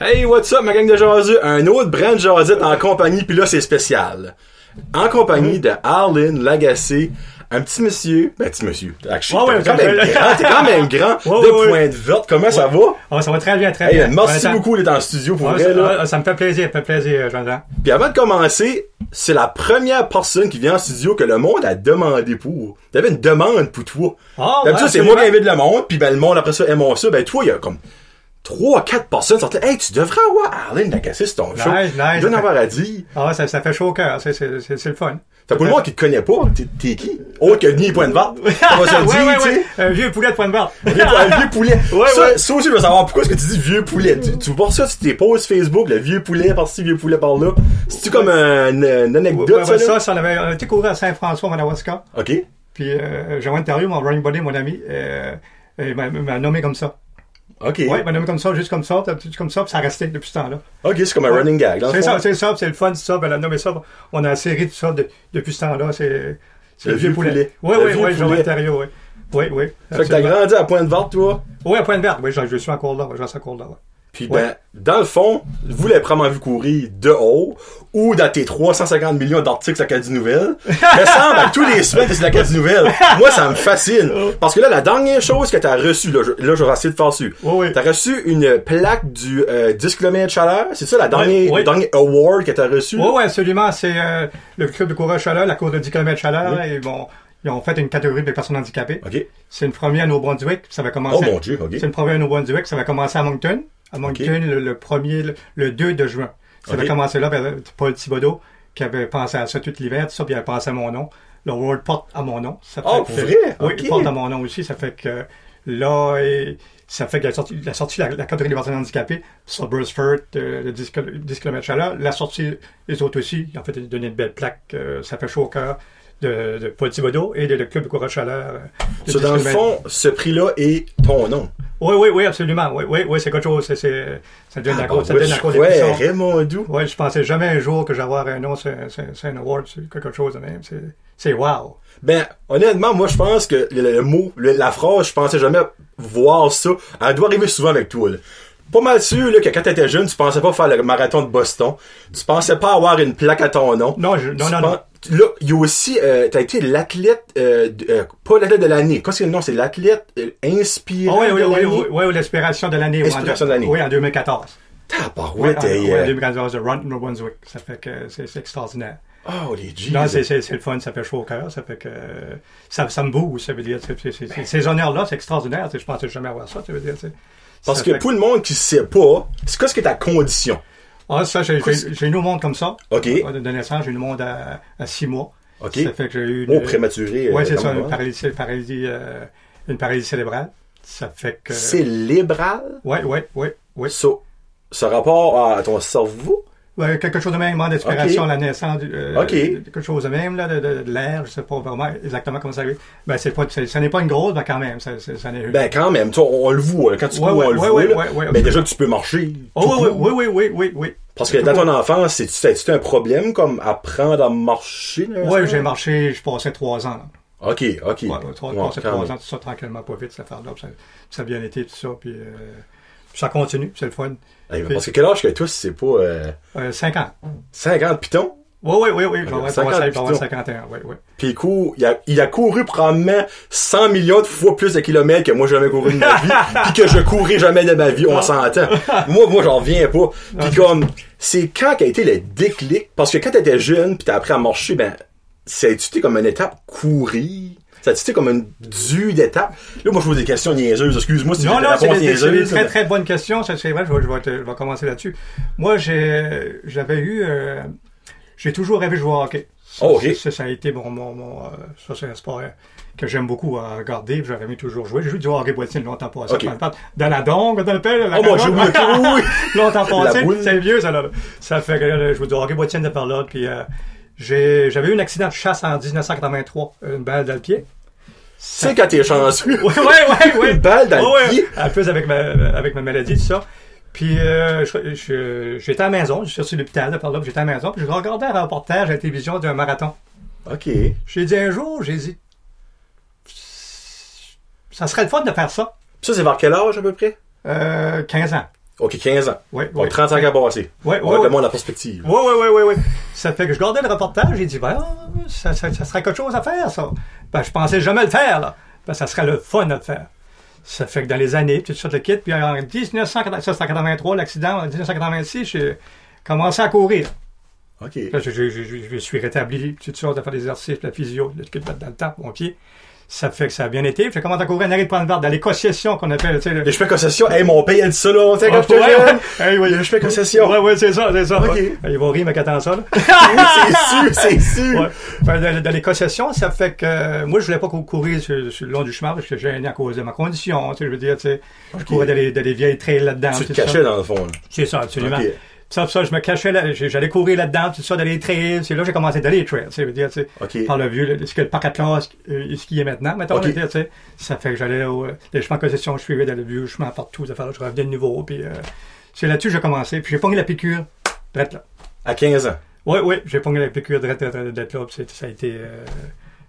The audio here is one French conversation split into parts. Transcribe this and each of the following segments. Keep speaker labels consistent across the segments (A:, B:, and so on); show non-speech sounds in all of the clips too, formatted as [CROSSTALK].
A: Hey, what's up, ma gang de jaseux? Un autre brand jasette en compagnie, puis là, c'est spécial. En compagnie de Arlen Lagacé, un petit monsieur, ben, petit monsieur. Actually,
B: Ouais, ouais,
A: t'es quand,
B: ouais,
A: même
B: ouais.
A: grand, t'es quand même grand,
B: [LAUGHS] Ouais,
A: de
B: ouais, ouais.
A: pointe verte. Comment ça va?
B: Oh, ça va très bien, très
A: Hey,
B: bien.
A: merci
B: Ouais, ça-
A: beaucoup d'être en studio pour
B: Ouais,
A: vrai,
B: ça,
A: là.
B: ouais, ça me fait plaisir, ça me fait plaisir, euh, Jonathan.
A: Puis avant de commencer, c'est la première personne qui vient en studio que le monde a demandé pour. T'avais une demande pour toi.
B: Ah,
A: D'habitude,
B: ouais,
A: c'est moi qui
B: absolument.
A: invite le monde, puis ben le monde après ça aime ça. Ben toi, il y a comme trois, quatre personnes qui sont là, Hey, tu devrais avoir Arlene Lacassé sur ton show.
B: nice.
A: Il doit en avoir à dire.
B: Ah, ça, ça fait chaud au cœur, c'est, c'est, c'est, c'est le fun.
A: Fait pour le monde qui te connaît pas, t'es, t'es qui? Autre que Denis Point de
B: [LAUGHS]
A: Vente. On va se le
B: Ah, Ouais,
A: dire,
B: ouais,
A: tu sais.
B: ouais. Un vieux poulet de point de barre.
A: Vieux, un vieux poulet.
B: [LAUGHS] Ouais,
A: ça,
B: ouais.
A: ça aussi, je veux savoir pourquoi est-ce que tu dis vieux poulet. Tu, tu vois ça sur tes posts Facebook, le vieux poulet par-ci, vieux poulet par-là. C'est-tu comme un- [LAUGHS] une anecdote,
B: Ouais, ouais,
A: ça, là?
B: ça, ça, on avait, on était couru à Saint-François, en Alaska.
A: OK.
B: Puis, euh, Joanne Thériault, mon running buddy, mon ami, euh, il m'a, m'a nommé comme ça.
A: OK.
B: Ouais, il m'a nommé comme ça, juste comme ça, juste comme ça, puis ça a resté depuis ce temps-là.
A: OK, c'est comme un running gag. dans le
B: C'est
A: fond. hein.
B: ça, c'est ça, c'est le fun, c'est ça. Ben, la nommé ça, on a série tout ça de- depuis ce temps-là. C'est c'est
A: Le vieux poulet.
B: Oui,
A: Le
B: oui,
A: vieux
B: oui, jean
A: poulet.
B: Ontario, oui. Oui, oui.
A: Fait que t'as
B: absolument.
A: grandi à Pointe Verte, toi.
B: Oui, à Pointe-Verte. Oui, je, je suis encore là, ouais, je reste encore là. ouais.
A: Puis ben,
B: Ouais.
A: dans le fond, vous l'avez probablement vu courir de haut ou dans tes 350 millions d'articles sur la Cadu
B: [LAUGHS]
A: Nouvelle. Mais semble à tous les semaines que c'est la Cadu Nouvelle. Moi, ça me fascine.
B: Oh.
A: Parce que là, la dernière chose que t'as reçue, là, je, là, je vais essayer de faire dessus.
B: Oui, oui.
A: T'as reçu une plaque du euh, 10 km chaleur. C'est ça la dernière,
B: oui. Oh.
A: le dernier award que t'as reçu?
B: Oui, oui, absolument. C'est euh, le club de courage chaleur, la course de 10 km chaleur. Et bon, ils ont fait une catégorie des personnes handicapées.
A: OK.
B: C'est une première à Nouveau-Brunswick. Ça va commencer.
A: Oh,
B: à-
A: mon Dieu, OK.
B: C'est une première à Nouveau-Brunswick. Ça va commencer à Moncton. À Moncton, le, le premier, le, le 2 de juin. Ça
A: OK.
B: va commencer là par Paul Thibodeau, qui avait pensé à ça tout l'hiver, tout ça, puis il avait pensé à mon nom. Le World porte à mon nom. Ça fait
A: Oh,
B: que-
A: pour vrai?
B: Oui,
A: OK.
B: il porte à mon nom aussi. Ça fait que là, et ça fait que la sortie, la, sortie, la, la catégorie des personnes handicapées, sur Burstford, euh, le 10, kil- 10 km chaleur, la sortie, les autres aussi, en fait, ils ont donné une belle plaque, euh, ça fait chaud au cœur, de, de Paul Thibodeau et de, le Club de courage chaleur. euh, de
A: So,
B: 10
A: dans le
B: kilomètres.
A: fond, ce prix-là est ton nom.
B: Oui, oui, oui, absolument. Oui, oui, oui, c'est quelque chose. c'est- c'est- ça donne la cause, ça
A: bah, ouais,
B: donne la
A: Ah je
B: cause
A: croyais,
B: épisode.
A: Raymondou.
B: Ouais, je pensais jamais un jour que j'aurais un nom, c'est c'est- c'est un award, c'est quelque chose de même. C'est- C'est wow.
A: Ben, honnêtement, moi, je pense que le, le- le mot, le- la phrase, je pensais jamais voir ça. Elle doit arriver souvent avec toi, là. Pas mal sûr, là, que quand t'étais jeune, tu pensais pas faire le marathon de Boston. Tu pensais pas avoir une plaque à ton nom.
B: Non, je, non,
A: Tu pen-
B: non, non.
A: Là, il y a aussi, euh, t'as été l'athlète, euh, de- euh, pas l'athlète de l'année. Qu'est-ce que le nom? C'est l'athlète euh, inspiré
B: Ah oui, oui,
A: de
B: oui,
A: l'année.
B: oui, oui, l'inspiration de l'année. oui, en-
A: Inspiration de l'année.
B: Oui, en 2014.
A: Tabarouette,
B: en,
A: hey,
B: oui, en
A: euh,
B: 2014, de Run New Brunswick. Ça fait que c'est c'est extraordinaire.
A: Oh, les G's.
B: Non, c'est c'est- c'est le fun, ça fait chaud au cœur, ça fait que euh, ça, ça me bouge, ça veut dire. c'est- c'est- c'est- Ces honneurs-là, c'est extraordinaire. tu sais, Je pensais jamais avoir ça, ça veut dire. tu sais.
A: Parce
B: Ça
A: que
B: fait
A: pour le monde qui sait pas, c'est quoi ce que ta condition?
B: Ah, ça, j'ai j'ai- j'ai eu nos mondes comme ça.
A: OK.
B: Ah, De de naissance, j'ai eu le monde à, à six mois.
A: OK.
B: Ça fait que j'ai eu.
A: Oh, prématuré, euh,
B: Oui, c'est ça,
A: comme
B: une
A: moi.
B: paralysie, paralysie, euh, une paralysie cérébrale. Ça fait que.
A: C'est libéral?
B: Oui, oui, oui, oui.
A: So, ce rapport à ton cerveau?
B: Ouais, quelque chose de même, manque d'inspiration
A: OK.
B: à la naissance. du- euh,
A: OK.
B: Quelque chose de même, là, de, de- de l'air, je sais pas vraiment exactement comment ça arrive. Ben, c'est pas, c'est- ce n'est pas une grosse, mais quand même, ça, ça, ça n'est.
A: Ben quand même, tu sais, on, on le voit, là. quand tu
B: Ouais,
A: cours,
B: ouais,
A: on le
B: ouais,
A: voit.
B: ouais,
A: là.
B: ouais, ouais,
A: mais
B: absolument.
A: déjà tu peux marcher.
B: oh,
A: tout
B: oui,
A: court.
B: oui, oui, oui, oui, oui,
A: Parce que dans ton enfance, c'est tu tu un problème comme apprendre à marcher. là,
B: Oui,
A: ça?
B: j'ai marché, je passais trois ans, là.
A: Ok, ok.
B: Ouais, ouais, trois,
A: Ouais,
B: trois, sept,
A: quand
B: trois
A: même.
B: ans, tout ça, tranquillement, pas vite, cette affaire-là. puis Ça, puis ça a bien été, tout ça. Puis, euh, puis ça continue, puis c'est le fun.
A: Eh, mais Parce que quel âge que tous, c'est pas euh,
B: Euh, cinq ans.
A: 50 pitons.
B: Oui, oui, oui, oui. Je vais avoir- je vais
A: Cinq ans,
B: avoir- je vais avoir
A: plutôt.
B: 51. Oui, oui.
A: Puis il court, il a, il a couru probablement 100 millions de fois plus de kilomètres que moi j'ai jamais couru de
B: [LAUGHS]
A: ma vie, puis que je courrai jamais de ma vie, on s'entend. Moi, moi j'en reviens pas. Puis comme, c'est quand qu'a été le déclic, parce que quand t'étais jeune puis t'as appris à marcher, ben, ça a-tu été comme une étape courir? Ça a-tu été comme une due d'étape? Là, moi je pose des questions niaiseuses, excuse-moi si
B: Non,
A: j'ai des
B: non, c'est
A: réponses
B: des- c'est une
A: niaiseuses.
B: très, très bonne question. Ça, c'est vrai, je vais, je vais te- je vais commencer là-dessus. Moi, j'ai, j'avais eu, euh, j'ai toujours rêvé de jouer au hockey. Ça,
A: Oh, ok.
B: ça, ça, ça a été mon, mon, mon, euh, ça, c'est un sport euh, que j'aime beaucoup à regarder, puis j'aurais aimé toujours jouer. J'ai joué du hockey boîtier longtemps passé.
A: Ok.
B: Dans la dongue, dans le pelle, la
A: Oh mon
B: dongue.
A: Dieu, oui, ok, oui, oui.
B: [LAUGHS] longtemps
A: La
B: passé.
A: boule.
B: C'est vieux, ça, là. Ça fait que euh, je vous dis, hockey boîtienne de par là. Puis, euh, j'ai, j'avais eu un accident de chasse en 1983, une balle dans le pied.
A: C'est quand t'es chanceux.
B: Ouais, ouais,
A: [LAUGHS]
B: ouais, ouais.
A: Une balle dans le
B: Ouais, ouais.
A: pied.
B: En plus, avec ma, avec ma maladie, tout ça. Puis, euh, je- je- j'étais à la maison, je suis sorti de l'hôpital, de par là, puis j'étais à la maison, puis je regardais un reportage à la télévision d'un marathon.
A: Ok.
B: J'ai dit un jour, j'ai dit, ça serait le fun de faire ça.
A: Ça, c'est vers quel âge à peu près?
B: Euh, 15 ans.
A: OK, 15 ans.
B: Ouais,
A: Donc,
B: ouais.
A: 35 ans passés.
B: Ouais,
A: on
B: ouais,
A: demande la perspective.
B: Ouais, ouais, ouais, ouais, ouais. Ça fait que je gardais le reportage et dit, ben, ah, ça, ça, ça serait quelque chose à faire, ça. Ben, je pensais jamais le faire, là. Ben, ça serait le fun à le faire. Ça fait que dans les années, tout ça, le kit, puis en 1983, ça, c'est en 83, l'accident, en 1986, j'ai commencé à courir.
A: OK.
B: Là, je, je- je- je- je suis rétabli, toutes sortes de faire des exercices, la physio, le kit dans le temps, mon pied. Ça fait que ça a bien été. Puis J'ai commencé à courir en arrêt de prendre barre dans les concessions qu'on appelle, tu sais, le-
A: Et je fais concession. Hey, mon père, il a dit ça, là, on était quand
B: Ouais,
A: j'étais
B: ouais,
A: jeune.
B: ouais. Hey, ouais.
A: Je fais concession.
B: Ah, Ouais, ouais, c'est ça, c'est ça.
A: Ok.
B: Ouais. Ils vont rire, mais qu'attends ça, là.
A: Oui,
B: [LAUGHS]
A: c'est sûr, c'est sûr.
B: Ouais. Ben, Dans, dans les concessions, ça fait que euh, moi, je voulais pas cou- courir sur, sur le long du chemin parce que j'étais gêné à cause de ma condition. Tu sais, je veux dire, tu sais, je courais dans les, dans les vieilles trails là-dedans.
A: Tu te
B: tout ça.
A: cachais, dans le fond. là.
B: C'est ça, absolument.
A: Ok.
B: Ça, ça, je me cachais là, j'ai- j'allais courir là-dedans, tout ça, dans les trails. C'est là que j'ai commencé dans les trails. Tu sais, je veux dire, tu sais,
A: Ok.
B: par le vieux, le- ce que le parc Atlas, euh, ce qui est maintenant, mettons,
A: Ok.
B: je veux dire, tu sais, ça fait que j'allais au, euh, les chemins de concession, je suivais dans le vieux chemin partout, ça fait que je revenais de nouveau. Puis euh, c'est là-dessus que j'ai commencé. Puis j'ai pogné la piqûre, drette là.
A: À 15 ans.
B: Oui, oui, j'ai pogné la piqûre de Red Dead Club. Ça a été, euh,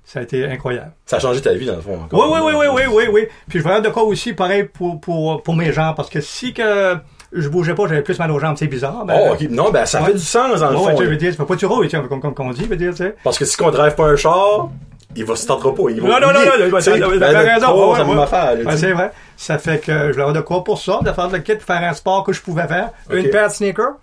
B: ça a été incroyable.
A: Ça a changé ta vie, dans le fond.
B: Oui,
A: encore.
B: oui, oui, oui, oui, oui, oui. Puis je regarde de quoi aussi, pareil pour, pour, pour mes jambes, parce que si que je bougeais pas, j'avais plus mal aux jambes, c'est bizarre. Ben,
A: Oh, OK. Non, ben, ça
B: Ouais.
A: fait du sens, dans le
B: ouais,
A: fond.
B: tu
A: là.
B: veux dire, tu peux pas tu roules, tu sais, comme, comme, comme on dit, je veux dire, tu sais.
A: Parce que si on drive pas un char, il va se tenter pas. Il va
B: Non, non, non,
A: oublier.
B: non, non,
A: Tu sais,
B: t'as- t'as-
A: ben,
B: t'as
A: le
B: raison,
A: corps,
B: ouais,
A: ça me
B: ouais.
A: m'a fait, là,
B: Ouais,
A: Euh, tu sais.
B: c'est vrai. Ça fait que je leur ai de quoi pour ça, de faire de le kit, de faire un sport que je pouvais faire.
A: Ok.
B: Une paire de sneakers,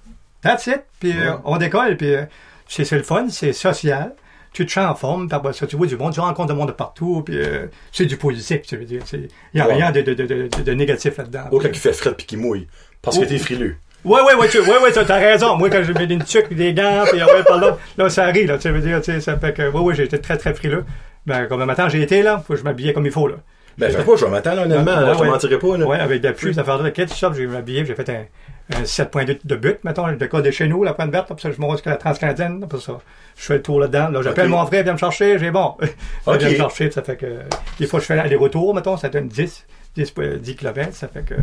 B: that's it, puis euh,
A: Ouais.
B: on décolle, puis euh, c'est c'est le fun, c'est social. Tu te sens en forme, puis après ça, tu vois du monde, tu rencontres du monde de partout, puis euh, c'est du positif, tu veux dire. c'est- Il n'y a
A: Ouais.
B: rien de, de, de, de, de négatif là-dedans.
A: Ou quand il fait fret puis qu'il mouille. Parce que
B: Oh.
A: t'es frileux.
B: Ouais, ouais, ouais, tu, ouais, ouais, t'as t'as raison. Moi, quand je mets une tuque, des gants, puis ouais, par là, là, ça arrive, là, tu veux dire, tu sais, ça fait que, ouais, ouais, j'ai été très, très frileux. Ben, comme le matin, j'ai été, là, faut que je m'habillais comme il faut, là.
A: Ben, fais pas, je vais m'attendre, là, honnêtement, là,
B: Ouais,
A: je te
B: Ah, ouais.
A: mentirai pas, là.
B: Ouais, avec de la pluie, ça fait de quête, ça, j'ai m'habillé, j'ai fait un, un 7.2 de but, mettons, de cas de chez nous, la pointe verte, là, puis ça, je monte jusqu'à la transcanadienne, là, puis ça, je fais le tour là-dedans, là, j'appelle
A: Ok.
B: mon frère, viens me chercher, j'ai bon. [LAUGHS] Il
A: Ok.
B: vient me chercher, ça fait que, des fois, je fais aller-retour, mettons, ça donne 10, 10, euh, 10 km, ça fait que.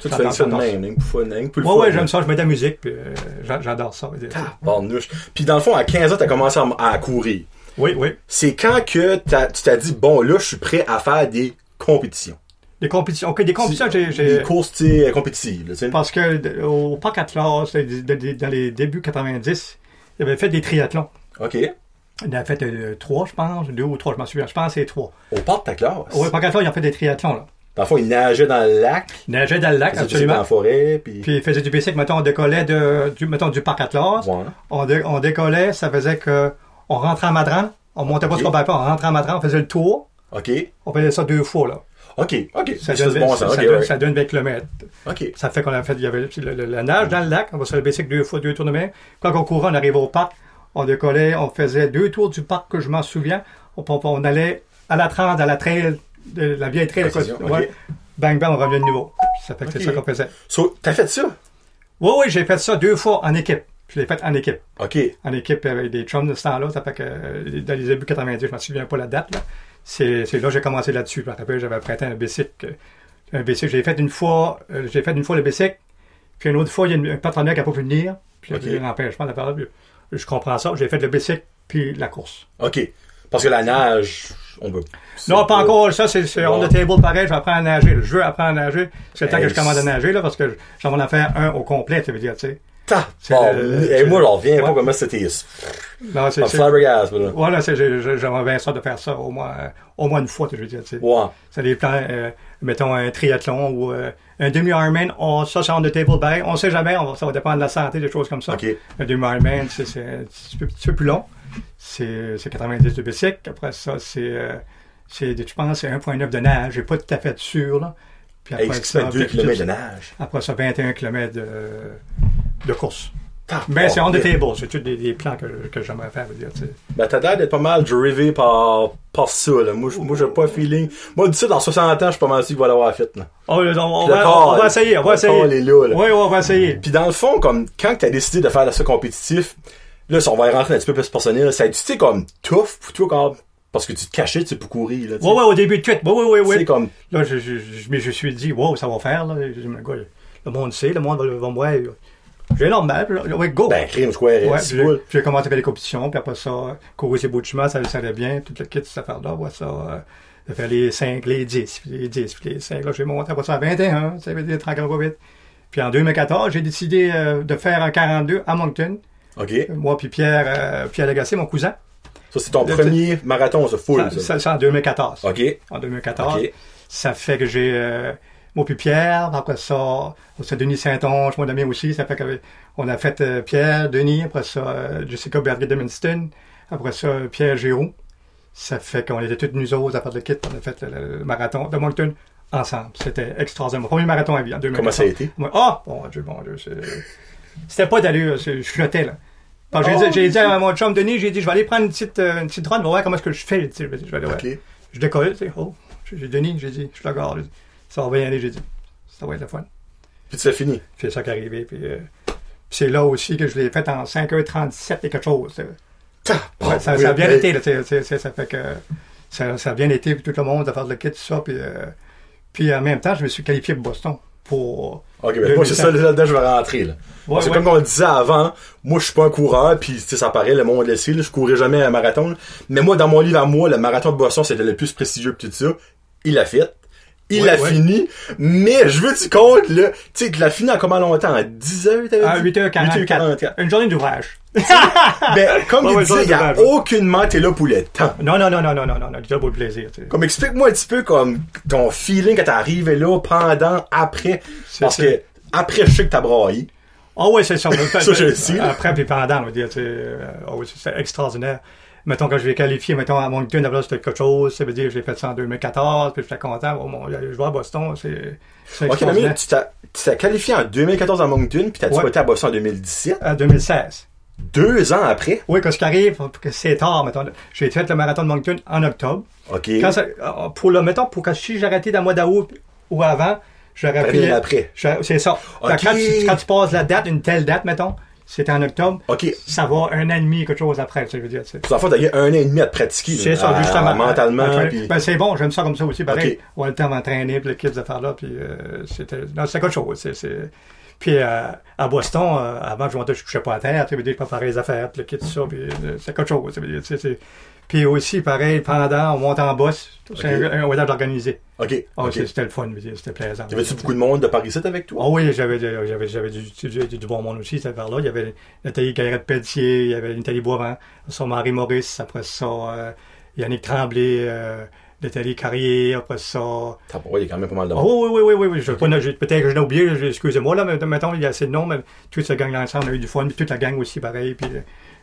A: Tu te fais ça de même, hein, pour fun, hein, pour le
B: Ouais,
A: fun,
B: ouais,
A: hein.
B: j'aime ça, je mets de la musique, puis euh, j'a- j'adore ça. je veux dire.
A: Ah. Barnouche. Puis dans le fond, à 15 ans, t'as commencé à, m- à courir.
B: Oui, oui.
A: C'est quand que t'as- tu t'as dit, bon, là, je suis prêt à faire des compétitions.
B: Des compétitions. Ok, des compétitions, j'ai. j'ai-
A: Des courses, tu sais, compétitives, là, tu sais.
B: Parce que d- au Parc Atlas, c'est des- des- des- dans les débuts 90, il avait fait des triathlons.
A: OK.
B: Il en a fait euh, trois, je pense, deux ou trois, je m'en souviens. Je pense que c'est trois.
A: Au parc de ta classe.
B: Au Parc Atlas, il a fait des triathlons, là.
A: Dans le fond, il nageait dans le lac.
B: Il nageait dans le lac,
A: faisait du cycle Dans la
B: absolument.
A: forêt, puis...
B: Puis il faisait du bicycle, mettons, on décollait de, du, mettons, du Parc Atlas.
A: Ouais.
B: On, dé- on décollait, ça faisait que on rentrait en Madran. On montait pas
A: Ok.
B: sur le on rentrait en Madran, on faisait le tour.
A: OK.
B: On faisait ça deux fois, là.
A: OK. OK.
B: Ça
A: C'est
B: donne,
A: du bon
B: ça,
A: sens.
B: ça
A: OK,
B: donne-
A: right.
B: ça donne 20 km.
A: OK.
B: Ça fait qu'on a fait, il y avait le- le- la nage dans le lac, on va sur le bicycle deux fois, deux tours de main. Quand on courait, on arrivait au parc, on décollait, on faisait deux tours du parc que je m'en souviens. On, on- on allait à la 30, à la trail, de la vieille trail.
A: Concession,
B: quoi. Ouais.
A: ok.
B: Bang, bang, on revenait de nouveau. Ça fait que
A: Ok.
B: c'est ça qu'on faisait.
A: So, t'as fait ça?
B: Oui, oui, j'ai fait ça deux fois en équipe. Je l'ai fait en équipe.
A: OK.
B: En équipe avec des chums de ce temps-là. Ça fait que euh, dans les débuts 90, je ne me souviens pas la date. là. C'est c'est là que j'ai commencé là-dessus. Je me rappelle, j'avais prêté un bicycle. euh, Un bicycle. J'ai fait une fois, euh, j'ai fait une fois le bicycle. Puis une autre fois, il y a une- un partenaire qui n'a pas pu venir. Puis
A: Ok.
B: il y a eu un empêchement de la parole. Je, je comprends ça. J'ai fait le bicycle puis la course.
A: OK. Parce que la nage, on veut.
B: Non, pas encore. Ça, c'est c'est on
A: Ouais.
B: the table pareil. J'apprends à nager. là. Je veux apprendre à nager. C'est le temps
A: Hey,
B: que je commence à
A: c'est-
B: nager là, parce que j'en vais en faire un au complet. Tu veux dire, tu sais.
A: Ta
B: C'est le-
A: Et
B: c'est
A: Eh, moi,
B: le-
A: j'en reviens pas
B: Ouais.
A: comment c'était.
B: Non, c'est-
A: Un
B: c'est-
A: flabbergasme, là.
B: Voilà, c'est- j'ai- j'ai- j'aimerais bien ça de faire ça au moins, euh, au moins une fois, je veux dire. tu sais.
A: Ouais.
B: Ça dépend, euh, mettons, un triathlon ou euh, un demi-Ironman, on, ça, c'est on the table pareil. On sait jamais, on va- ça va dépendre de la santé, des choses comme ça.
A: OK.
B: Un demi-Ironman, c'est c'est un petit peu, petit peu plus long. C'est c'est 90 de bicycle. Après ça, c'est, euh, c'est des- je pense, c'est 1,9 de nage. J'ai pas tout à fait sûr, là. Puis
A: Hey, qu'est-ce que tu fais 2 km de nage?
B: après ça, 21 km de, de course.
A: Ta
B: Mais c'est on the
A: porte.
B: table, c'est tous des, des plans que, que j'aimerais faire, je veux dire, tu sais.
A: Ben, t'as l'air d'être pas mal drivé par, par ça, là. Moi, j'- moi, j'ai pas feeling. Moi, d'ici, dans 60 ans, je suis pas mal sûr qu'il va l'avoir fait, là.
B: Oh, on, on
A: Le
B: va,
A: corps,
B: on va essayer, on
A: le
B: va essayer.
A: corps, il est là, là.
B: Oui, on va essayer.
A: Puis dans le fond, comme quand t'as décidé de faire ça compétitif, là, si on va y rentrer un petit peu plus personnel, ça a été tu sais, comme tough pour toi, comme, parce que tu te cachais, tu sais, pour courir, là. tu sais.
B: Ouais, ouais, au début de suite. Ouais, ouais, ouais,
A: Tu sais,
B: ouais.
A: comme,
B: Là, je, je, je, mais je me suis dit, wow, ça va faire, là. J'ai dit, mais gars, le monde sait, le monde va, va me voir. J'ai normal, puis là, ouais, go.
A: ben, crime, je crois,
B: ouais,
A: ouais,
B: puis j'ai- j'ai commencé à faire des compétitions, puis après ça, courir ces bouts de chemin, ça, ça allait bien, toute la kit, cette affaire-là, ouais, ça. euh, J'ai fait les 5, les 10, puis les 10, puis les 5. Là, j'ai monté après ça à 21, ça veut dire tranquillement pas vite. Puis en 2014, j'ai décidé euh, de faire un 42 à Moncton.
A: OK.
B: Moi puis Pierre, euh, Pierre Lagacé, mon cousin.
A: Ça, c'est ton
B: Le-
A: premier marathon, ça, full.
B: Ça,
A: Ça.
B: ça- Ah, ça en 2014.
A: OK.
B: En 2014.
A: OK.
B: Ça fait que j'ai euh, moi puis Pierre, après ça, c'est Denis Saint-Onge, mon ami aussi, ça fait qu'on a fait euh, Pierre, Denis, après ça, euh, Jessica berger de Minston, après ça, euh, Pierre Giroux. Ça fait qu'on était toutes nous autres à faire le kit, on a fait le, le- le marathon de Moncton ensemble. C'était extraordinaire. Mon premier marathon à vie en 2014.
A: Comment ça a été?
B: Moi, ah, bon Dieu, bon Dieu, c'est- c'était pas d'allure, c'est- je flottais, là. Parce que j'ai
A: Oh,
B: dit- j'ai dit à mon chum Denis, j'ai dit, je vais aller prendre une petite, euh, une petite run, on va voir comment est-ce que je fais, tu sais. Je vais aller, ouais.
A: OK.
B: Je décolle, tu sais, oh, j'ai j'ai Denis, j'ai dit, je suis d'accord, j'ai dit, ça va bien aller, j'ai dit, ça va être le fun.
A: Puis tu l'as fini.
B: Puis c'est ça qui est arrivé, puis, euh, puis c'est là aussi que je l'ai fait en 5h37 et quelque chose, tu sais. Ouais, ça, ça a bien été, là, tu sais, tu sais, ça fait que ça, ça a bien été, puis tout le monde a fait le kit, tout ça, puis, euh, puis en même temps, je me suis qualifié pour Boston, pour...
A: OK, ben moi, c'est ça,
B: 2008.
A: là-dedans, je vais rentrer, là.
B: Ouais,
A: c'est
B: ouais.
A: comme on le disait avant, moi, je suis pas un coureur, puis, tu sais, ça paraît, le monde le sait, là, je courrais jamais un marathon. là. Mais moi, dans mon livre à moi, le marathon de Boston, c'était le plus prestigieux, pis tout ça. Il l'a fait. Il
B: Ouais,
A: l'a
B: ouais.
A: fini. Mais, je veux que tu comptes, là, tu sais, tu l'as fini en combien longtemps? En 10 heures, t'avais
B: À
A: dit?
B: [LAUGHS] 8h44. Une journée d'ouvrage.
A: Ben, comme
B: Ouais,
A: il
B: ouais,
A: dit,
B: j'en ai
A: il y a
B: dommage, ouais.
A: aucunement, t'es là pour le temps.
B: Non, non, non, non, non, non, non, non, du double plaisir. tu sais.
A: Comme explique-moi un petit peu comme ton feeling quand t'es arrivé là, pendant, après.
B: C'est
A: Parce
B: ça.
A: que après, je sais que t'as braillé.
B: Ah oui, c'est ça.
A: Ça, je le sais, là.
B: Après puis pendant, on va dire, tu sais, euh, ah oui, c'est extraordinaire. Mettons, quand je vais qualifier, mettons, à Moncton, d'abord, c'était quelque chose, ça veut dire, je l'ai fait ça en 2014, puis j'étais content, bon, bon, je vais à Boston, c'est c'est
A: Ok,
B: extraordinaire.
A: mais tu t'as tu t'as qualifié en 2014 à Moncton, puis t'as
B: Ouais.
A: disputé à Boston en 2017.
B: À 2016.
A: Deux ans après.
B: Oui, quand ce qui arrive, faut que c'est tard, mettons, j'ai fait le marathon de Moncton en octobre.
A: Ok.
B: Quand ça- ah, pour le, mettons, pour que si j'arrêtais dans le mois d'août ou avant, j'aurais
A: T'avais
B: pris...
A: mis après.
B: J'aurais- C'est ça. Fait que Quand, tu, quand tu passes la date, une telle date, mettons, c'était en octobre,
A: Ok.
B: ça va un an et demi, quelque chose après, tu sais, je veux dire, tu sais.
A: Pour la fois, t'as eu un an et demi à te pratiquer. là,
B: C'est ça,
A: à-
B: justement.
A: Mentalement.
B: Ah,
A: puis-
B: ben, c'est bon, j'aime ça comme ça aussi. Pareil,
A: Ok.
B: on a le temps d'entraîner, puis l'équipe de faire là, puis euh, c'était... Non, c'était quelque chose, c'est... c'est- Puis euh, à Boston, euh, avant, je montais, je couchais pas à terre, tu sais, je préparais les affaires, puis le kit, tout ça, puis euh, c'est quelque chose, tu sais, tu sais, c'est- Puis aussi, pareil, pendant, on monte en bosse, c'est
A: Ok.
B: un, un voyage organisé.
A: Ok.
B: Ah,
A: ok.
B: c'est- C'était le fun, je veux dire, c'était plaisant.
A: T'avais-tu beaucoup de monde de Paris 7 avec toi?
B: Ah oui, j'avais, j'avais, j'avais du, du, du- du bon monde aussi, cette affaire-là. Il y avait Nathalie Gaillette Pelletier, il y avait Nathalie Boivin, son mari Maurice, après ça, euh, Yannick Tremblay, euh, Nathalie Carrier, après ça. Ah
A: T'as pas, il y a quand même pas mal de monde.
B: oui, oui, oui, oui, oui, je- pas- j'ai- peut-être que je l'ai oublié, je- excusez-moi, là, mais mettons, il y a assez de noms, mais toute cette gang-là ensemble, on a eu du fun, puis toute la gang aussi, pareil, puis,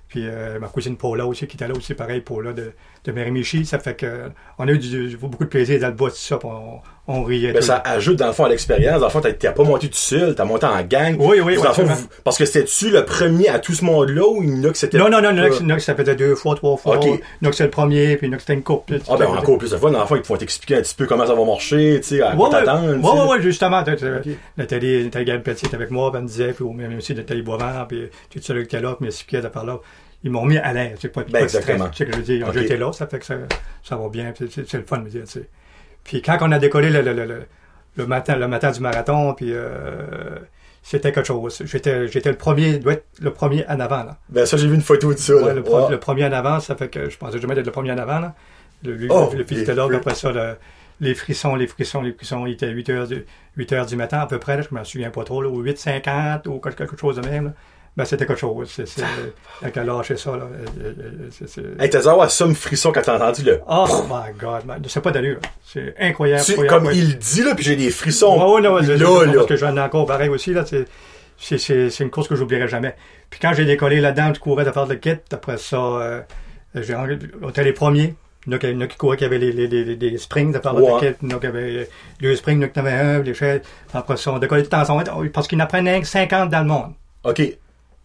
B: puis euh, ma cousine Paula aussi, qui était là aussi, pareil, Paula de, de Miramichi, ça fait que euh, on a eu du- beaucoup de plaisir dans le bois, tout ça, puis on, on riait.
A: Mais
B: tout.
A: Ben, ça ajoute dans le fond à l'expérience. Dans le fond, t'as- t'as pas monté tout seul, t'as monté en gang.
B: Oui, oui,
A: Dans le fond,
B: absolument.
A: vous- Parce que c'était-tu le premier à tout ce monde-là ou il y en a que c'était.
B: Non, non, non,
A: Euh,
B: Nox, Nox, ça faisait deux fois, trois fois.
A: Ok.
B: Nox, c'est le premier, puis Nox, c'était une coupe.
A: Ah ben encore plus de fois, dans le fond, ils te font t'expliquer un petit peu comment ça va marcher, tu sais, à
B: Ouais,
A: quoi
B: ouais,
A: t'attendre. tu sais.
B: ouais, ouais, ouais, justement. t'as- t'as-
A: Ok.
B: Nathalie, Nathalie Galpetit était avec moi, ben, elle me disait, puis même aussi Nathalie Boivin, puis tout ceux qui étaient là, puis mes six par là. Ils m'ont mis à l'aise, c'est pas, pas de stress,
A: Ben, exactement.
B: Tu sais que je veux dire,
A: Ok.
B: j'étais là, ça fait que ça, ça va bien, puis c'est c'est le fun, je veux dire, tu sais. Puis quand on a décollé le, le, le, le- le matin, le matin du marathon, puis euh, c'était quelque chose. J'étais j'étais le premier, doit être le premier en avant, là.
A: Ben ça, j'ai vu une photo de ça. là.
B: Ouais, le, pre-
A: Ouais.
B: le premier en avant, ça fait que je pensais jamais être le premier en avant. Là. Le, le,
A: Oh,
B: le
A: les
B: physiologue,
A: fruits.
B: après ça, le- les frissons, les frissons, les frissons, il était 8 heures du, 8 heures du matin à peu près, là, je me souviens pas trop, là, ou 8h50 ou quelque, quelque chose de même. là. Ben, c'était quelque chose. C'est, c'est, quand elle a lâché ça, là, euh, euh, euh, c'est, c'est-
A: Hey, t'as dû avoir ça me frisson quand t'as entendu le.
B: Oh my God, man, c'est pas d'allure. C'est incroyable.
A: Tu-
B: incroyable.
A: comme il dit là, puis j'ai des frissons.
B: Ouais, ouais, non, ouais, je- je-
A: là, là.
B: Parce que j'en ai encore pareil aussi, là, c'est, c'est, c'est, c'est une course que j'oublierai jamais. Puis quand j'ai décollé là-dedans, je courais de faire le kit. Après ça, euh, j'ai, on était les premiers. Il y en a qui- il y en a qui couraient, qui avaient les, les, les, les- les springs de faire le
A: Ouais.
B: kit. Il y en a qui avaient deux springs, il y en a qui en avaient un, les chaises. Après ça, on décollait tout ensemble. Parce qu'il en prenait 50 dans le monde.
A: Ok.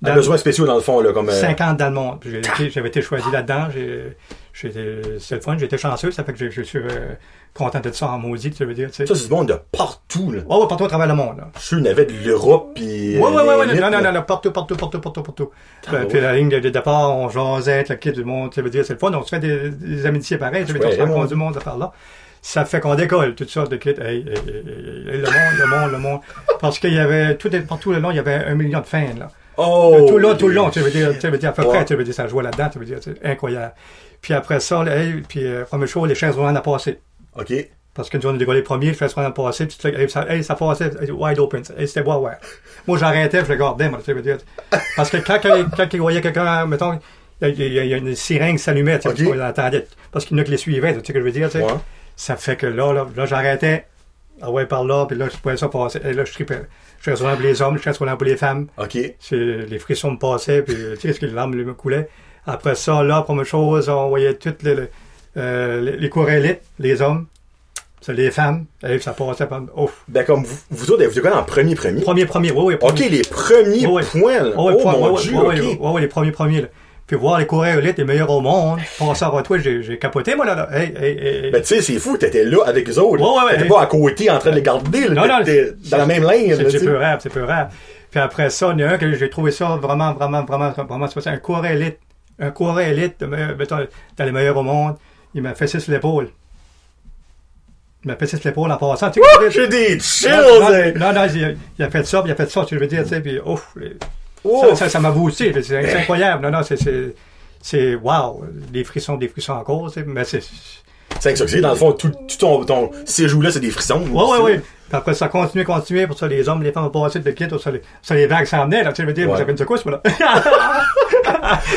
A: Un
B: Dans-
A: besoin spécial dans le fond là, comme. euh,
B: 50 dans le monde. Puis j'ai été- J'avais été choisi là-dedans. J'ai, j'ai été- c'est le fun. J'étais chanceux. Ça fait que je, je suis euh, content de ça en maudit, tu veux dire. tu sais.
A: Ça, c'est du monde de partout là.
B: Ouais, ouais, partout à travers le monde. là.
A: Je suis une avait de l'Europe puis. euh,
B: Ouais, ouais, ouais, ouais,
A: les-
B: non, non, non, non, euh, partout, partout, partout, partout, partout.
A: Ah,
B: Puis,
A: ouais.
B: puis la ligne de, de départ, on jasait, le kit du monde, ça veut dire, c'est le fun, on se fait des, des amitiés pareilles, tu veux dire, on se
A: Ouais,
B: rencontre
A: ouais.
B: du monde à part là. Ça fait qu'on décolle, toutes sortes de kits, hey, hey, hey, hey, hey, le monde, le monde, le monde. Parce qu'il y avait, tout, est- partout le long, il y avait un million de fans, là. Euh,
A: Oh.
B: tout le long, tout le long, tu veux dire, tu veux dire, à peu
A: Ouais.
B: près, tu veux dire, ça jouait là-dedans, tu veux dire, c'est incroyable. Puis après ça, là, hey, puis euh, première chose, les chaises roulantes à passer.
A: Ok.
B: Parce que nous, on est les premiers, je fais ce qu'on a passé, puis tout le hey, ça, hey, ça passait, hey, wide open, hey, c'était ouais, ouais. Moi, j'arrêtais, je regardais, moi, tu sais, [LAUGHS] je veux dire. Parce que quand, quand, quand ils voyaient quelqu'un, mettons, il y, a- il y a- il y a une sirène qui s'allumait, tu sais,
A: Ok.
B: parce qu'on l'entendait. Parce qu'il y en a qui les suivaient, tu sais ce que je veux dire, tu sais.
A: Ouais.
B: Ça fait que là, là, là, j'arrêtais, ah ouais, par là, puis là, je pouvais ça passer, et là, je tripais. Je suis pour les hommes, je suis pour les femmes.
A: OK.
B: C'est- les frissons me passaient, puis euh, tu sais, ce que l'âme me coulait. Après ça, là, première chose, on voyait toutes les, les, euh, les- les cours élites, les hommes, c'est les femmes, et ça passait par. Ouf.
A: Ben, comme vous, vous autres, vous êtes quoi en premier premier?
B: Premier, premier, oui, oui.
A: OK,
B: Premier.
A: les premiers
B: Ouais.
A: points, là.
B: Ouais,
A: Oh,
B: point,
A: mon
B: ouais,
A: Dieu,
B: ouais,
A: OK.
B: ouais, ouais, ouais, les premiers, premiers. là. Puis voir les cours élites, les meilleurs au monde, passer avant toi, j'ai j'ai capoté, moi, là. là. Hey, hey, hey, hey.
A: Ben, tu sais, c'est fou, t'étais là avec les autres.
B: Ouais, ouais, ouais.
A: T'étais pas à côté en train de les garder, là.
B: Non, non,
A: T'étais
B: c'est-
A: dans la même ligne, là,
B: C'est
A: tu
B: c'est
A: sais.
B: peurable, c'est peurable. Puis après ça, il y en a un que j'ai trouvé ça vraiment, vraiment, vraiment, vraiment spécial. Un coureur élite. Un coureur élite, de meilleur- mettons, dans les meilleurs au monde. Il m'a fessé sur l'épaule. Il m'a fessé sur l'épaule en passant. Tu sais,
A: Ah,
B: quand-
A: J'ai des chills,
B: non,
A: hein.
B: non, non, il, a, il a fait ça, puis il a fait ça, tu veux dire, tu sais, puis ouf, les- ça,
A: Ouf.
B: ça, ça m'a boosté, c'est-
A: [LAUGHS]
B: c'est incroyable, non, non, c'est- c'est, c'est, wow, des frissons, des frissons encore, tu sais, mais c'est,
A: C'est avec ça que c'est. Dans le fond, tout, tout ton, ton séjour là, c'est des frissons.
B: Ouais, ouais, ouais. Puis après, ça continuait, continuait. Pour ça, les hommes, les femmes ont passé de kit. Ça, les, ça, les vagues s'en venaient. Là, tu sais, je veux dire,
A: Ouais.
B: ça fait une secousse, [LAUGHS] moi, là.
A: [LAUGHS]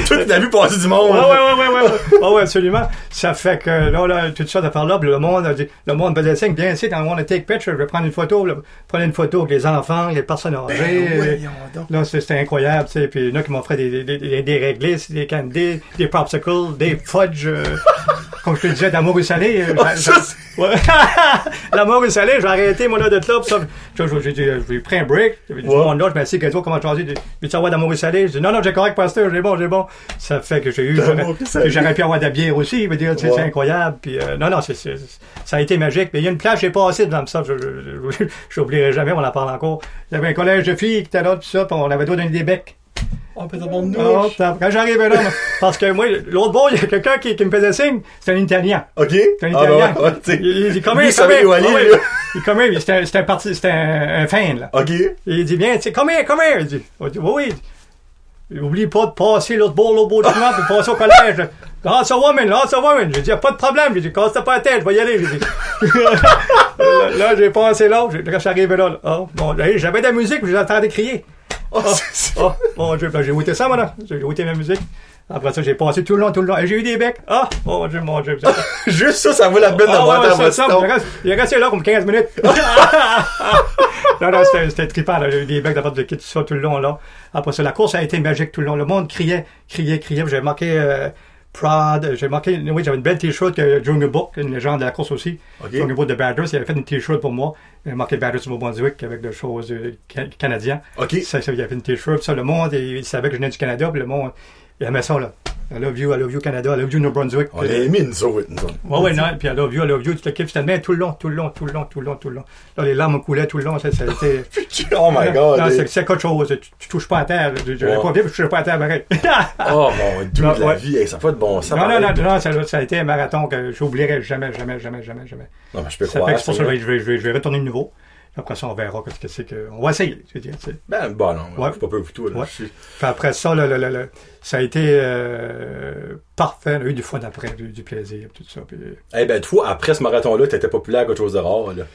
A: Toi, t'as vu passer du monde.
B: ouais, ouais, ouais, ouais, ouais. Oh, Ouais, ouais, absolument. Ça fait que, là, là, tout ça, d'affaire là, puis le monde, a dit- le monde faisait signe, bien ici, dans le monde, take picture, je vais prendre une photo, là. prenez une photo avec les enfants, les personnes âgées.
A: voyons donc.
B: Là, c'est- c'était incroyable, tu sais. Puis, il y en a qui m'offraient des, des, des, des réglisses, des candies, des popsicles, des fudge, euh, [LAUGHS] comme je te disais, d'amour et salé. euh, j'a-
A: ça,
B: j'a- Ouais. [LAUGHS] L'amour et salé, j'ai arrêté, moi, là, de là. Puis ça, j'ai- j'ai- j'ai j'ai pris un break. J'ai dit,
A: Ouais.
B: bon, là, je m'assieds, qu'est-ce que comment tu as dit? Veux-tu avoir d'amour et salé? J'ai dit, non, non, j'ai correct, pasteur, j'ai bon, j'ai bon. Ça fait que j'ai eu,
A: D'amour
B: j'aurais-
A: et salé.
B: j'aurais pu avoir de la bière aussi. Je veux dire, tu sais,
A: Ouais.
B: c'est incroyable. Puis, euh, non, non, c'est, c'est- ça a été magique. Puis, il y a une plage, j'ai passé dans ça, je, je, [LAUGHS] je- j'oublierai jamais, on en parle encore. Il y avait un collège de filles qui était là, tout ça, puis on avait droit de donner des becs.
A: Oh, putain, mon
B: Oh, t'as- quand j'arrivais là, moi, parce que moi, l'autre bord, il y a quelqu'un qui, qui me faisait signe, c'était un Italien.
A: [LAUGHS] OK?
B: C'est
A: Ah,
B: un Italien.
A: ouais, ouais, tu sais.
B: il, il dit
A: Lui,
B: combien,
A: il savait où aller, lui.
B: Il combien, c'était un- c'était un parti, c'était un, un fan, là.
A: OK?
B: Il dit, viens, tu sais, combien, combien? Il dit, on dit, oui, oui. Il dit, Oublie pas de passer l'autre bord, l'autre bord du monde, puis passer au collège. Ah, ça va, man, ah, ça va, man. J'ai dit, y a pas de problème. J'ai dit, casse pas la tête, je vais y aller. J'ai dit. là, [LAUGHS] là, j'ai passé là, j'ai- quand je suis arrivé là, là, oh, bon, là, j'avais de la musique, puis je l'entendais crier.
A: Oh,
B: Ah,
A: [LAUGHS] c'est- c'est-
B: ah, mon Dieu, ben, j'ai goûté ça, moi, là. J'ai goûté ma musique. Après ça, j'ai passé tout le long, tout le long. Et j'ai eu des becs. Ah, mon Dieu, mon Dieu.
A: Juste ça, ça vaut la peine
B: Ah
A: d'avoir
B: ouais,
A: ta
B: ouais, ça, ça,
A: Boston.
B: il reste- Il est resté là comme 15 minutes. non, non, c'était- c'était trippant. là. J'ai eu des becs d'abord de kit tout ça tout le long. là. Après ça, la course a été magique tout le long. Le monde criait, criait, criait. J'ai marqué euh, Prod. J'ai marqué... Oui, j'avais une belle T-shirt que Junior Book, une légende de la course aussi.
A: Ok.
B: Junior Book de Bathurst, il avait fait une T-shirt pour moi. Il avait marqué Bathurst au Nouveau-Brunswick avec des choses euh, can- canadiennes.
A: OK.
B: Ça, ça, il avait une T-shirt. Ça, le monde, il, il savait que je venais du Canada. Puis le monde, il aimait ça, là. I love you, I love you Canada, I love you New Brunswick.
A: On l'a aimé, nous autres,
B: [LAUGHS]
A: nous autres.
B: Ouais, ouais, non, puis I love you, I love you, tu te kiffes, tu te mets tout le long, tout le long, tout le long, tout le long, tout le long. Là, les larmes coulaient tout le long, ça, ça a été...
A: [LAUGHS] Oh my god.
B: Non,
A: eh.
B: c'est- c'est quelque chose, tu, tu touches pas à terre, je je l'ai
A: Ouais.
B: pas vu, je touchais pas à terre, pareil.
A: Oh mon dieu
B: Non,
A: de la
B: ouais.
A: vie, hey, ça n'a pas de bon sens.
B: [LAUGHS] non, non,
A: pareil.
B: non, non, ça, ça a été un marathon que j'oublierai jamais, jamais, jamais, jamais, jamais.
A: Non, mais je peux
B: Ça fait
A: croire.
B: que c'est pour ça
A: c'est
B: que
A: vrai.
B: je vais, je vais, je vais retourner de nouveau. Après ça, on verra qu'est-ce que c'est que... On va essayer, je veux dire, tu sais.
A: Ben, bon, non,
B: Ouais.
A: je suis pas peu plutôt. là.
B: Ouais.
A: Je suis-
B: Puis après ça, là, là, là, là, ça a été euh, parfait, on a eu du fun après, du, du plaisir, tout ça, puis...
A: Eh ben, toi, après ce marathon-là, t'étais populaire à quelque chose de rare, là.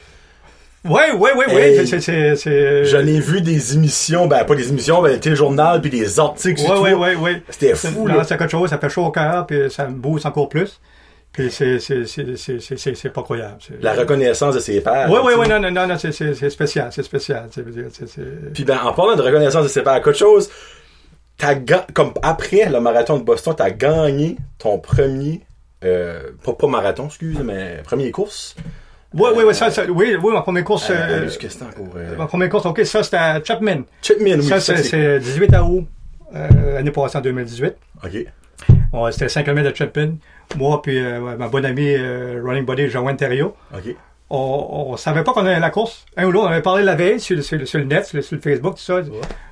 B: Ouais, ouais, ouais, ouais,
A: Hey.
B: c'est- c'est... c'est-
A: J'en ai vu des émissions, ben, pas des émissions, ben, le téléjournal, puis des articles. sur
B: Ouais, ouais,
A: toi.
B: ouais, ouais.
A: C'était fou,
B: Non,
A: là.
B: c'est quelque chose, ça fait chaud au cœur, puis ça me booste encore plus. Puis c'est, c'est, c'est, c'est, c'est, c'est, c'est pas croyable. C'est...
A: La reconnaissance de ses pères.
B: Ouais,
A: tu
B: ouais,
A: sais.
B: ouais, non, non, non, non, c'est, c'est, c'est spécial, c'est spécial. tu sais, je veux dire, C'est, c'est,
A: Puis ben, en parlant de reconnaissance de ses pairs, quelque chose, t'as ga- comme après le marathon de Boston, t'as gagné ton premier, euh, pas, pas marathon, excuse, mais premier course.
B: Ouais, ouais, ouais, ça, ça, oui, oui, ma première course,
A: Euh,
B: euh,
A: juste question pour, euh,
B: ma première course, ok, ça, c'était à Chapman.
A: Chapman, oui.
B: ça, c'est, c'est 18 août, euh, année passée en 2018.
A: Ok.
B: On- c'était 5 km de Chapman. Moi, puis euh, ma bonne amie, euh, running buddy, Joanne Terrio.
A: Ok.
B: on, on savait pas qu'on allait à la course. Un ou l'autre, on avait parlé la veille sur, le- sur le- sur le net, sur, le- sur le Facebook, tout ça.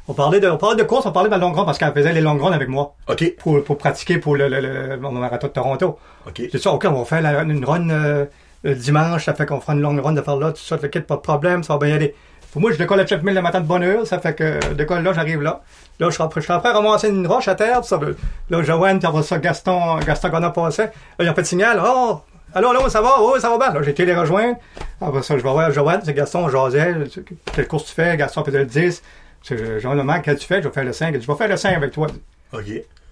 B: On, parlait de, on parlait de course, on parlait de la longue run parce qu'elle faisait les longues runs avec moi
A: Ok.
B: pour, pour pratiquer pour le, le- le- mon marathon de Toronto.
A: Ok.
B: J'ai dit, OK, on va faire la- une run euh, le dimanche, ça fait qu'on fera une longue run de faire là, tout ça, le kit, pas de problème, ça va bien y aller. Pour moi, je décolle à Chapman le matin de bonne heure, ça fait que euh, je décolle là, j'arrive là. Là, je suis en train je suis en train de ramasser une roche à terre, puis ça, là, Joanne, puis après ça, Gaston, Gaston qu'on a passé. Là, ils ont fait de signal, oh, Allô, allô, ça va? Oh, ça va bien. Là, j'ai été les rejoindre. Après ça, je vais voir Joanne, c'est Gaston, jasait. Quelle course tu fais? Gaston faisait le 10. Jean le manque, qu'est-ce que tu fais? Je vais faire le 5. Il dit, je vais faire le 5 avec toi.
A: OK.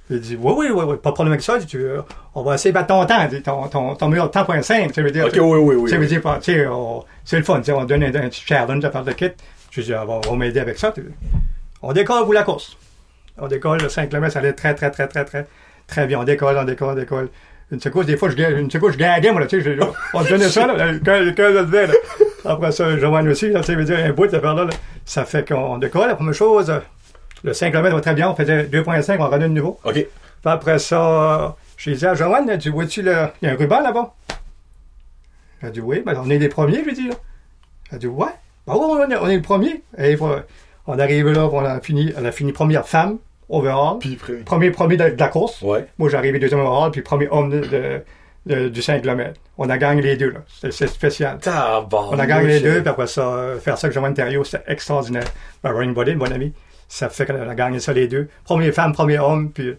B: Il dit, oui, oui, oui, oui, pas de problème avec ça. Il dit, Tu, euh, on va essayer de battre ton temps. Il dit, ton, ton, ton meilleur temps, point 5. Ça veut dire,
A: OK, oui, oui, oui.
B: ça veut dire, bah, tu sais, on- c'est le fun. tu sais, on donne un, un petit challenge à faire de kit. Je dis, Ah, bon, on va m'aider avec ça. tu sais. On décolle pour la course. On décolle, le 5 km, ça allait très, très, très, très, très, très bien. On décolle, on décolle, on décolle. Une secousse, des fois, je, ga- une secousse, je gagnais, moi, là, tu sais, je- oh, on te donnait ça, là, le cœur le cœur le devait, là. Après ça, Joanne aussi, là, tu sais, veut dire, un bout, cette affaire-là, là, ça fait qu'on décolle. La première chose, euh, le 5 km va très bien, on faisait 2.5, on revenait de nouveau.
A: OK.
B: Puis après ça, j'ai dit à Joanne, tu vois-tu le. Il y a un ruban là-bas. Elle a dit oui, ben on est les premiers, je lui ai dit. là. Elle a dit ouais. Ben oui, on est, on est les premiers. Et voilà. on arrive là, on a fini, on a fini première femme, overall.
A: Puis, pré-
B: premier premier de, de la course.
A: Ouais.
B: Moi, j'arrivais deuxième overall, puis premier homme de, de- de- du 5 km. On a gagné les deux, là. C'est c'est spécial.
A: Tabarnouche.
B: On a gagné les deux, puis après ça, euh, faire ça avec Joanne Thériault, c'était extraordinaire. Ben, Ryan Bodin, mon ami, ça fait qu'on a gagné ça les deux. Première femme, premier homme, puis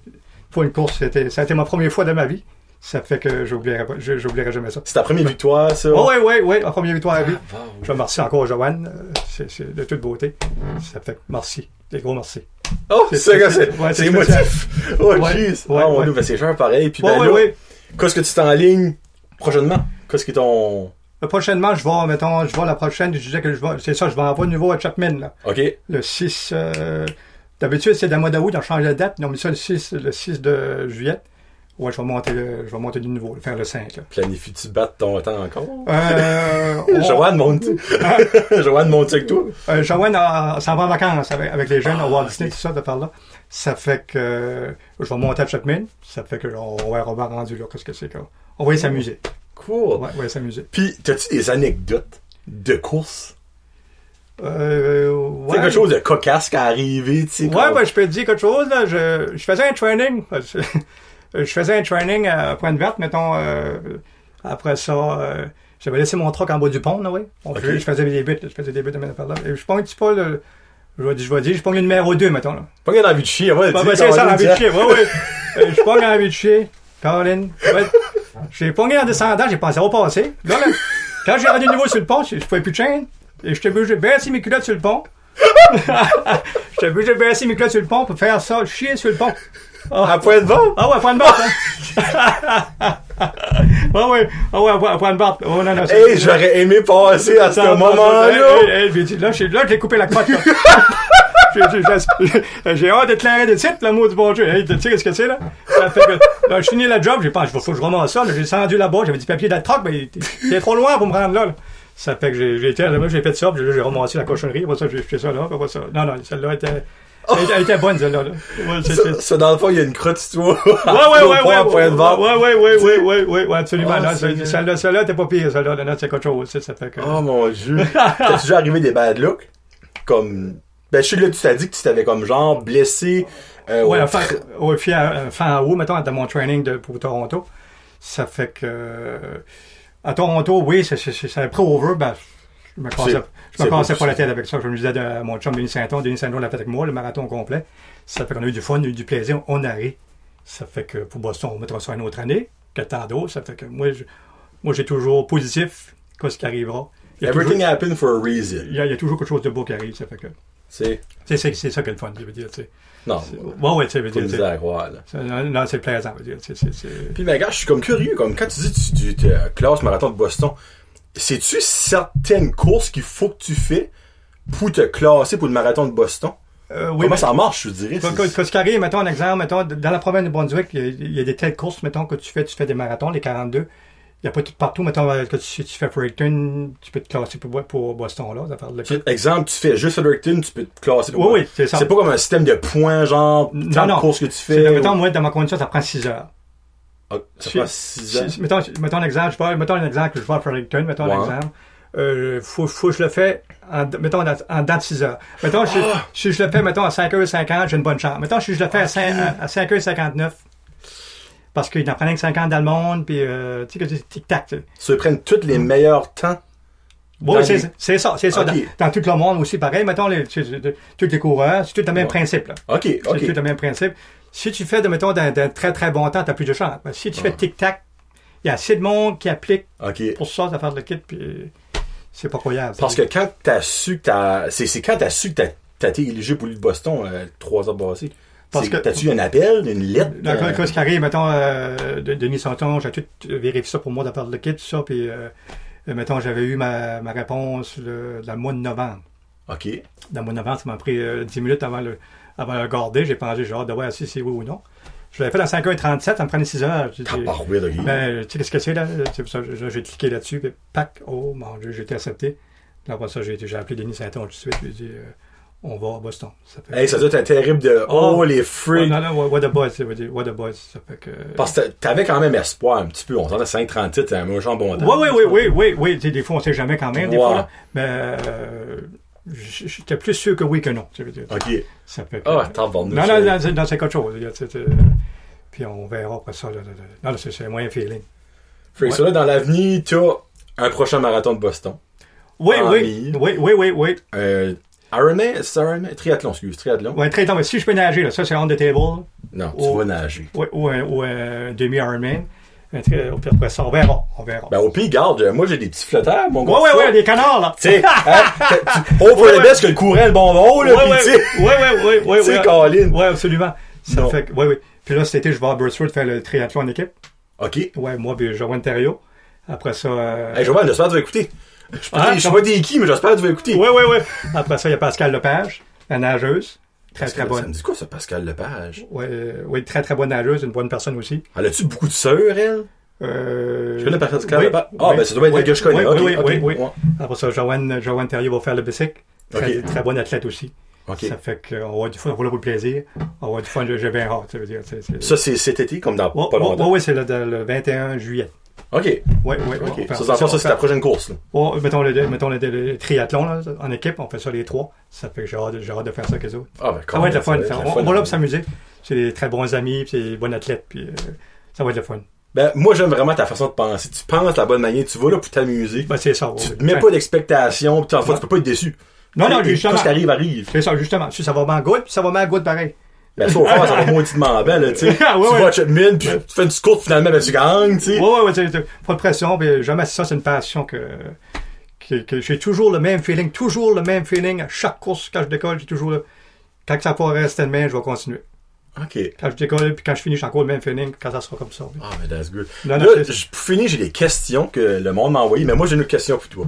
B: pour une course, c'était, ça a été ma première fois de ma vie. Ça fait que j'oublierai, pas- je- j'oublierai jamais ça.
A: C'est ta première victoire, ça? Ah,
B: Oh, oui, oui, oui, ma première victoire à vie.
A: Tabarnouche.
B: Je remercie encore Joanne, euh, c'est, c'est de toute beauté. Ça fait que merci, des gros merci.
A: Oh,
B: C'est-
A: c'est
B: c'est-
A: c'est-
B: ouais,
A: c'est
B: c'est
A: émotif. Oh,
B: Ouais,
A: jeez.
B: ouais,
A: Ah, mon
B: ouais.
A: Dieu, ben, c'est cher pareil. Puis,
B: Oui,
A: ben,
B: oui,
A: là,
B: oui.
A: qu'est-ce que tu t'enlignes prochainement? Qu'est-ce qui est ton.
B: euh, Prochainement, je vais, mettons, je vais la prochaine, je disais que je vais, c'est ça, je vais envoyer de nouveau à Chapman, là.
A: OK.
B: le 6. euh, D'habitude, c'est dans le mois d'août, on change la date. Non, mais ça, le 6, le 6 de juillet. Ouais, je vais monter, le, je vais monter du nouveau, faire le 5. Là.
A: Planifies-tu de battre ton temps encore? [LAUGHS]
B: Euh, on-
A: Joanne monte. [LAUGHS] Joanne monte avec toi.
B: euh, Joanne euh, s'en va en vacances avec, avec les jeunes
A: Ah,
B: au Walt
A: ok.
B: Disney, tout ça, de par là. Ça fait que euh, je vais monter à Chapman. Ça fait que là, on va on va rendu là. Qu'est-ce que c'est quoi? On va y s'amuser.
A: Cool.
B: Ouais, on va y s'amuser.
A: Puis, t'as-tu des anecdotes de course?
B: Euh,
A: C'est
B: ouais.
A: quelque chose de cocasse qui est arrivé, tu sais.
B: Ouais,
A: comme-
B: ben, je peux te dire quelque chose, là. Je, je faisais un training. [LAUGHS] euh, Je faisais un training à Pointe-Verte, mettons, euh, après ça, euh, j'avais laissé mon truck en bas du pont, là, oui. On
A: Ok.
B: faisait- Je faisais des buts, je faisais des buts de mes affaires là. Et je pointe pas le, je vais dire, je vais dire, je pogne le numéro 2, mettons, là.
A: Pas qu'il y a envie de chier, ouais.
B: Bah,
A: tu
B: bah,
A: sais,
B: c'est ça,
A: t'as
B: l'envie de
A: dire-
B: chier, ouais, ouais. Euh, Je pogne l'envie de chier. Caroline, ouais. J'ai pogné en descendant, j'ai pensé au passé. Là, là, quand j'ai rendu niveau sur le pont, je je pouvais plus de chaîne. Et j'étais obligé de baisser mes culottes sur le pont. [LAUGHS] j'étais obligé de baisser mes culottes sur le pont pour faire ça, chier sur le pont.
A: À point de vente?
B: Ah ouais, point de barre, Ah [LAUGHS] ouais, ah ouais, point- point de barre. Oh non, non, c'est-
A: Hey, j'aurais aimé passer à ce
B: ça,
A: moment-là.
B: hey, hey, hey, eh, j'ai dit, là, j'ai- là, j'ai coupé la
A: [LAUGHS]
B: crotte. là. [LAUGHS] J'ai- j'ai- j'ai- J'ai hâte d'être l'arrêt de titre, le mot du bon Dieu. Hey, tu sais qu'est-ce que c'est, là? Ça fait que, là, je finis la job, j'ai pas, faut que je ramasse ça, là. J'ai descendu là-bas, j'avais du papier de la troc, mais t'es trop loin pour me rendre là, là. Ça fait que j'ai- j'ai été là-bas, j'ai fait ça, puis là, j'ai ramassé la cochonnerie, après ça, j'ai jeté ça là, puis après ça. Non, non, celle-là était, elle était- elle était bonne, celle-là, là. Ouais, c'est- c'est-
A: Oh! Ça, ça, dans le fond, il y a une crotte, tu vois.
B: Ouais,
A: [LAUGHS]
B: ouais, ouais,
A: À
B: ouais,
A: point de vente.
B: ouais, ouais, ouais, ouais, ouais, ouais, ouais, absolument.
A: Oh,
B: Non,
A: Seigneur.
B: Celle-là, celle-là, t'es pas pire, celle-là, là, non, c'est quelque chose, ça fait que.
A: Oh mon
B: [LAUGHS]
A: dieu. T'as-tu déjà arrivé des bad looks? Comme. Ben, je sais que là, tu t'as dit que tu t'avais comme genre blessé. Euh,
B: Ouais,
A: au-
B: un fin, ouais, puis un- un fin en haut, mettons, dans mon training de, pour Toronto. Ça fait que. euh, À Toronto, oui, c'est- c'est- c'est- ça a pris over. Ben, je me
A: C'est-
B: cassais, je
A: c'est
B: me cassais
A: beau,
B: pas la tête avec ça. Je me disais à mon chum Denis Saint-On, Denis Saint-On l'a fait avec moi, le marathon complet. Ça fait qu'on a eu du fun, on a eu du plaisir, on arrive. Ça fait que pour Boston, on mettra ça une autre année, que tant d'autres. Ça fait que moi, je- moi j'ai toujours positif, quoi ce qui arrivera. Il y, a toujours,
A: Everything happened for a reason.
B: il y a- il y a toujours quelque chose de beau qui arrive. Ça fait que.
A: C'est.
B: C'est c'est- c'est ça qui est le fun, je veux dire. tu sais.
A: Non.
B: C'est- Ouais, ouais, tu sais, je veux
A: Pas
B: dire.
A: de
B: tu sais.
A: misère à croire, là.
B: Ça, Non, non, c'est plaisant. je veux dire, c'est- c'est- c'est-
A: Puis, ben, gars, je suis comme curieux. Comme quand tu dis que tu, tu te classes marathon de Boston, sais-tu certaines courses qu'il faut que tu fais pour te classer pour le marathon de Boston?
B: Euh, oui,
A: Comment
B: mais,
A: ça marche, je dirais?
B: quand,
A: c'est-
B: quand- quand ce qui arrive, mettons un exemple, mettons, d- dans la province de Brunswick, il y, a, il y a des telles courses, mettons, que tu fais, tu fais des marathons, les 42. Il n'y a pas tout partout, mettons, euh, que tu, si tu fais Fredericton, tu peux te classer pour, Bo- pour Boston, là, ça parle de
A: Tu- Exemple, tu fais juste Fredericton, tu peux te classer.
B: Oui, oui, c'est ça.
A: C'est pas comme un système de points, genre,
B: Non,
A: tant de
B: non.
A: courses que tu
B: C'est-
A: fais.
B: Mettons,
A: ou-
B: moi, dans ma condition, ça prend 6 heures.
A: Ah, ça
B: Si-
A: prend six ans.
B: Si- si- mettons, mettons un exemple, je vais, mettons un exemple, que je vais à Fredericton, mettons
A: Ouais.
B: un exemple. Euh, faut, faut que je le fais en, mettons, dans- en dans de 6 heures. Mettons, si,
A: Ah!
B: si je le fais, mettons, à 5h50, j'ai une bonne chance. Mettons, si je le fais à, cinq-
A: Ah,
B: à- à 5h59, parce qu'il en prenait que 50 dans le monde, puis, euh, tu sais, que c'est tic-tac, tu sais.
A: Ils prennent tous les meilleurs temps.
B: Oui,
A: Dans
B: c'est
A: les-
B: c'est ça, c'est ça.
A: Ok.
B: Dans, dans tout le monde aussi, pareil. Mettons, les, tu- tu- tu- tous les coureurs, c'est tout le même
A: Ouais.
B: principe, là.
A: Ok, ok.
B: C'est tout le même principe. Si tu fais, de, mettons, d'un d'un très très bon temps, tu as plus de chance. Mais si tu fais tic-tac, il y a assez de monde qui applique
A: OK.
B: pour ça, ça faire le kit, puis c'est pas croyable.
A: Parce que quand t'as su que t'as. C'est, c'est quand t'as su que t'as, t'as été éligible pour l'île de Boston euh, trois ans passés.
B: Parce
A: Parce que
B: que-
A: t'as-tu eu un appel, une lettre?
B: Dans
A: euh,
B: le cas, ce qui arrive, mettons, euh, de- Denis Santon, j'ai tout vérifié ça pour moi d'avoir le kit, tout ça, puis euh, euh, mettons, j'avais eu ma, ma réponse le, dans le mois de novembre.
A: OK.
B: Dans le mois de novembre, ça m'a pris euh, 10 minutes avant le, avant de le garder. J'ai pensé, genre, de voir si c'est oui ou non. Je l'avais fait dans 5h37, ça me prenait 6 heures. J'ai dit,
A: Tabarouette, Ah, bah, OK.
B: Mais tu sais, qu'est-ce que c'est là? C'est pour ça, je- j'ai cliqué là-dessus, puis pac, oh mon Dieu, j'ai été accepté. Puis après ça, j'ai été- j'ai appelé Denis Saint-Onge tout de suite, je lui ai dit, euh, on va à Boston. Ça fait-
A: Hey, ça doit être un terrible de. Oh,
B: Oh.
A: les
B: Ouais,
A: freaks!
B: non, non, what, what the boys, ça veut dire, what the boys. Ça fait que.
A: Parce que t'avais quand même espoir un petit peu. On s'entend 5-30 titres, c'est un méchant bon temps.
B: Oui, oui, oui, oui, oui, oui. Tu sais, Des fois, on sait jamais quand même, des
A: Ouais.
B: fois. là. Mais euh, j- j'étais plus sûr que oui que non. tu veux dire.
A: OK.
B: Ça fait que-
A: Ah, tabarnouche.
B: non, non, non, c'est- non, c'est quelque chose. Il y a, tu sais, euh, Puis on verra après ça. là, là, là. Non, là, c'est c'est un moyen feeling.
A: Fait que ça, là, dans l'avenir, t'as un prochain marathon de Boston.
B: Oui,
A: Ah,
B: oui,
A: mais-
B: oui, oui, oui, oui.
A: Euh, Ironman, c'est Ironman? Triathlon, excuse, triathlon.
B: Ouais, très temps. Mais si je peux nager, là, ça, c'est on the table.
A: Non, tu
B: Oh.
A: vas nager.
B: Ouais, ou un, ou un demi-Ironman. Un très- Puis après ça, on verra. On verra.
A: Ben, au pire, garde, moi, j'ai des petits flotteurs, mon gars.
B: Oui, oui,
A: Ça,
B: oui, des canards, là.
A: Tu
B: [LAUGHS]
A: sais, hein, t'as- tu- over
B: Ouais,
A: the
B: ouais.
A: best que le courant le bon vent, là, pis tu sais.
B: Oui, oui, oui,
A: [LAUGHS] Tu sais, Colin.
B: Oui, absolument. Ça
A: Non.
B: fait que, ouais, ouais. Puis là, cet été, je vais à Burtsford faire le triathlon en équipe.
A: OK. Hey,
B: Ouais, moi, puis Joanne Thériault. Après ça. euh,
A: Joël, j'espère que tu vas écouter. Je sais pas,
B: Ah,
A: je sais pas t'es qui, mais j'espère que tu vas écouter.
B: Ouais, ouais, ouais. Après ça, il y a Pascal Lepage, la nageuse. Très,
A: Parce que
B: très
A: Ça me
B: bonne.
A: dit quoi, ça, Pascal Lepage?
B: Oui, ouais, très, très bonne nageuse, une bonne personne aussi.
A: Elle a-tu beaucoup de sœurs, elle?
B: Euh...
A: Je connais Pascal
B: oui,
A: Lepage. Ah,
B: oui,
A: ben, ça doit être
B: oui,
A: le gars que je connais.
B: Oui,
A: Ok,
B: oui,
A: ok,
B: oui, oui.
A: ouais.
B: Après ça, Joanne, Joanne Thériault va faire le bicycle. Très,
A: Ok.
B: très bonne athlète aussi.
A: OK.
B: Ça fait qu'on va avoir du fun, on va là pour le plaisir. On va avoir du fun, j'ai bien hâte, ça veut dire. c'est- c'est-
A: Ça, c'est cet été, comme dans
B: Oui,
A: pas longtemps.
B: oui, c'est le, le 21 juillet.
A: OK.
B: Oui, oui,
A: OK.
B: oui.
A: Ça, dans le fond, ça, c'est ta prochaine course, là.
B: mettons le, mettons le, le triathlon là, en équipe, on fait ça les trois. Ça fait que j'ai hâte, de- j'ai hâte de faire ça avec eux autres.
A: Ah, ben,
B: Ça va être le fun.
A: être
B: ça.
A: le
B: On,
A: fun.
B: on va là pour s'amuser. C'est des très bons amis, puis c'est des bons athlètes, puis euh, ça va être le fun.
A: Ben, moi, j'aime vraiment ta façon de penser. Tu penses la bonne manière, tu vas là pour t'amuser.
B: Ben, c'est ça. oui.
A: Tu te mets
B: Ben,
A: pas d'expectation, pis en fait, tu peux pas être déçu.
B: Non, non,
A: Et
B: justement.
A: Tout ce qui arrive, arrive.
B: C'est ça, justement. Si ça va mal good, puis ça va mal good pareil.
A: Ben, ça, au fond, ça va mauditement bien, là, tu sais.
B: [LAUGHS] Ah, ouais,
A: tu
B: ouais.
A: vas à Chapman, pis tu fais une petite course, finalement, ben, tu gagnes, tu sais.
B: Oui, oui, oui. Pas de pression, puis jamais ça, c'est une passion que. que- que j'ai toujours le même feeling, toujours le même feeling. À chaque course, quand je décolle, j'ai toujours le. Quand ça pourra rester de main, je vais continuer.
A: OK.
B: Quand je décolle, puis quand je finis, j'ai encore le même feeling quand ça sera comme ça.
A: Ah, mais that's good.
B: Non, non,
A: là,
B: c'est-
A: je- pour finir, j'ai des questions que le monde m'a envoyées, mais moi, j'ai une autre question pour toi.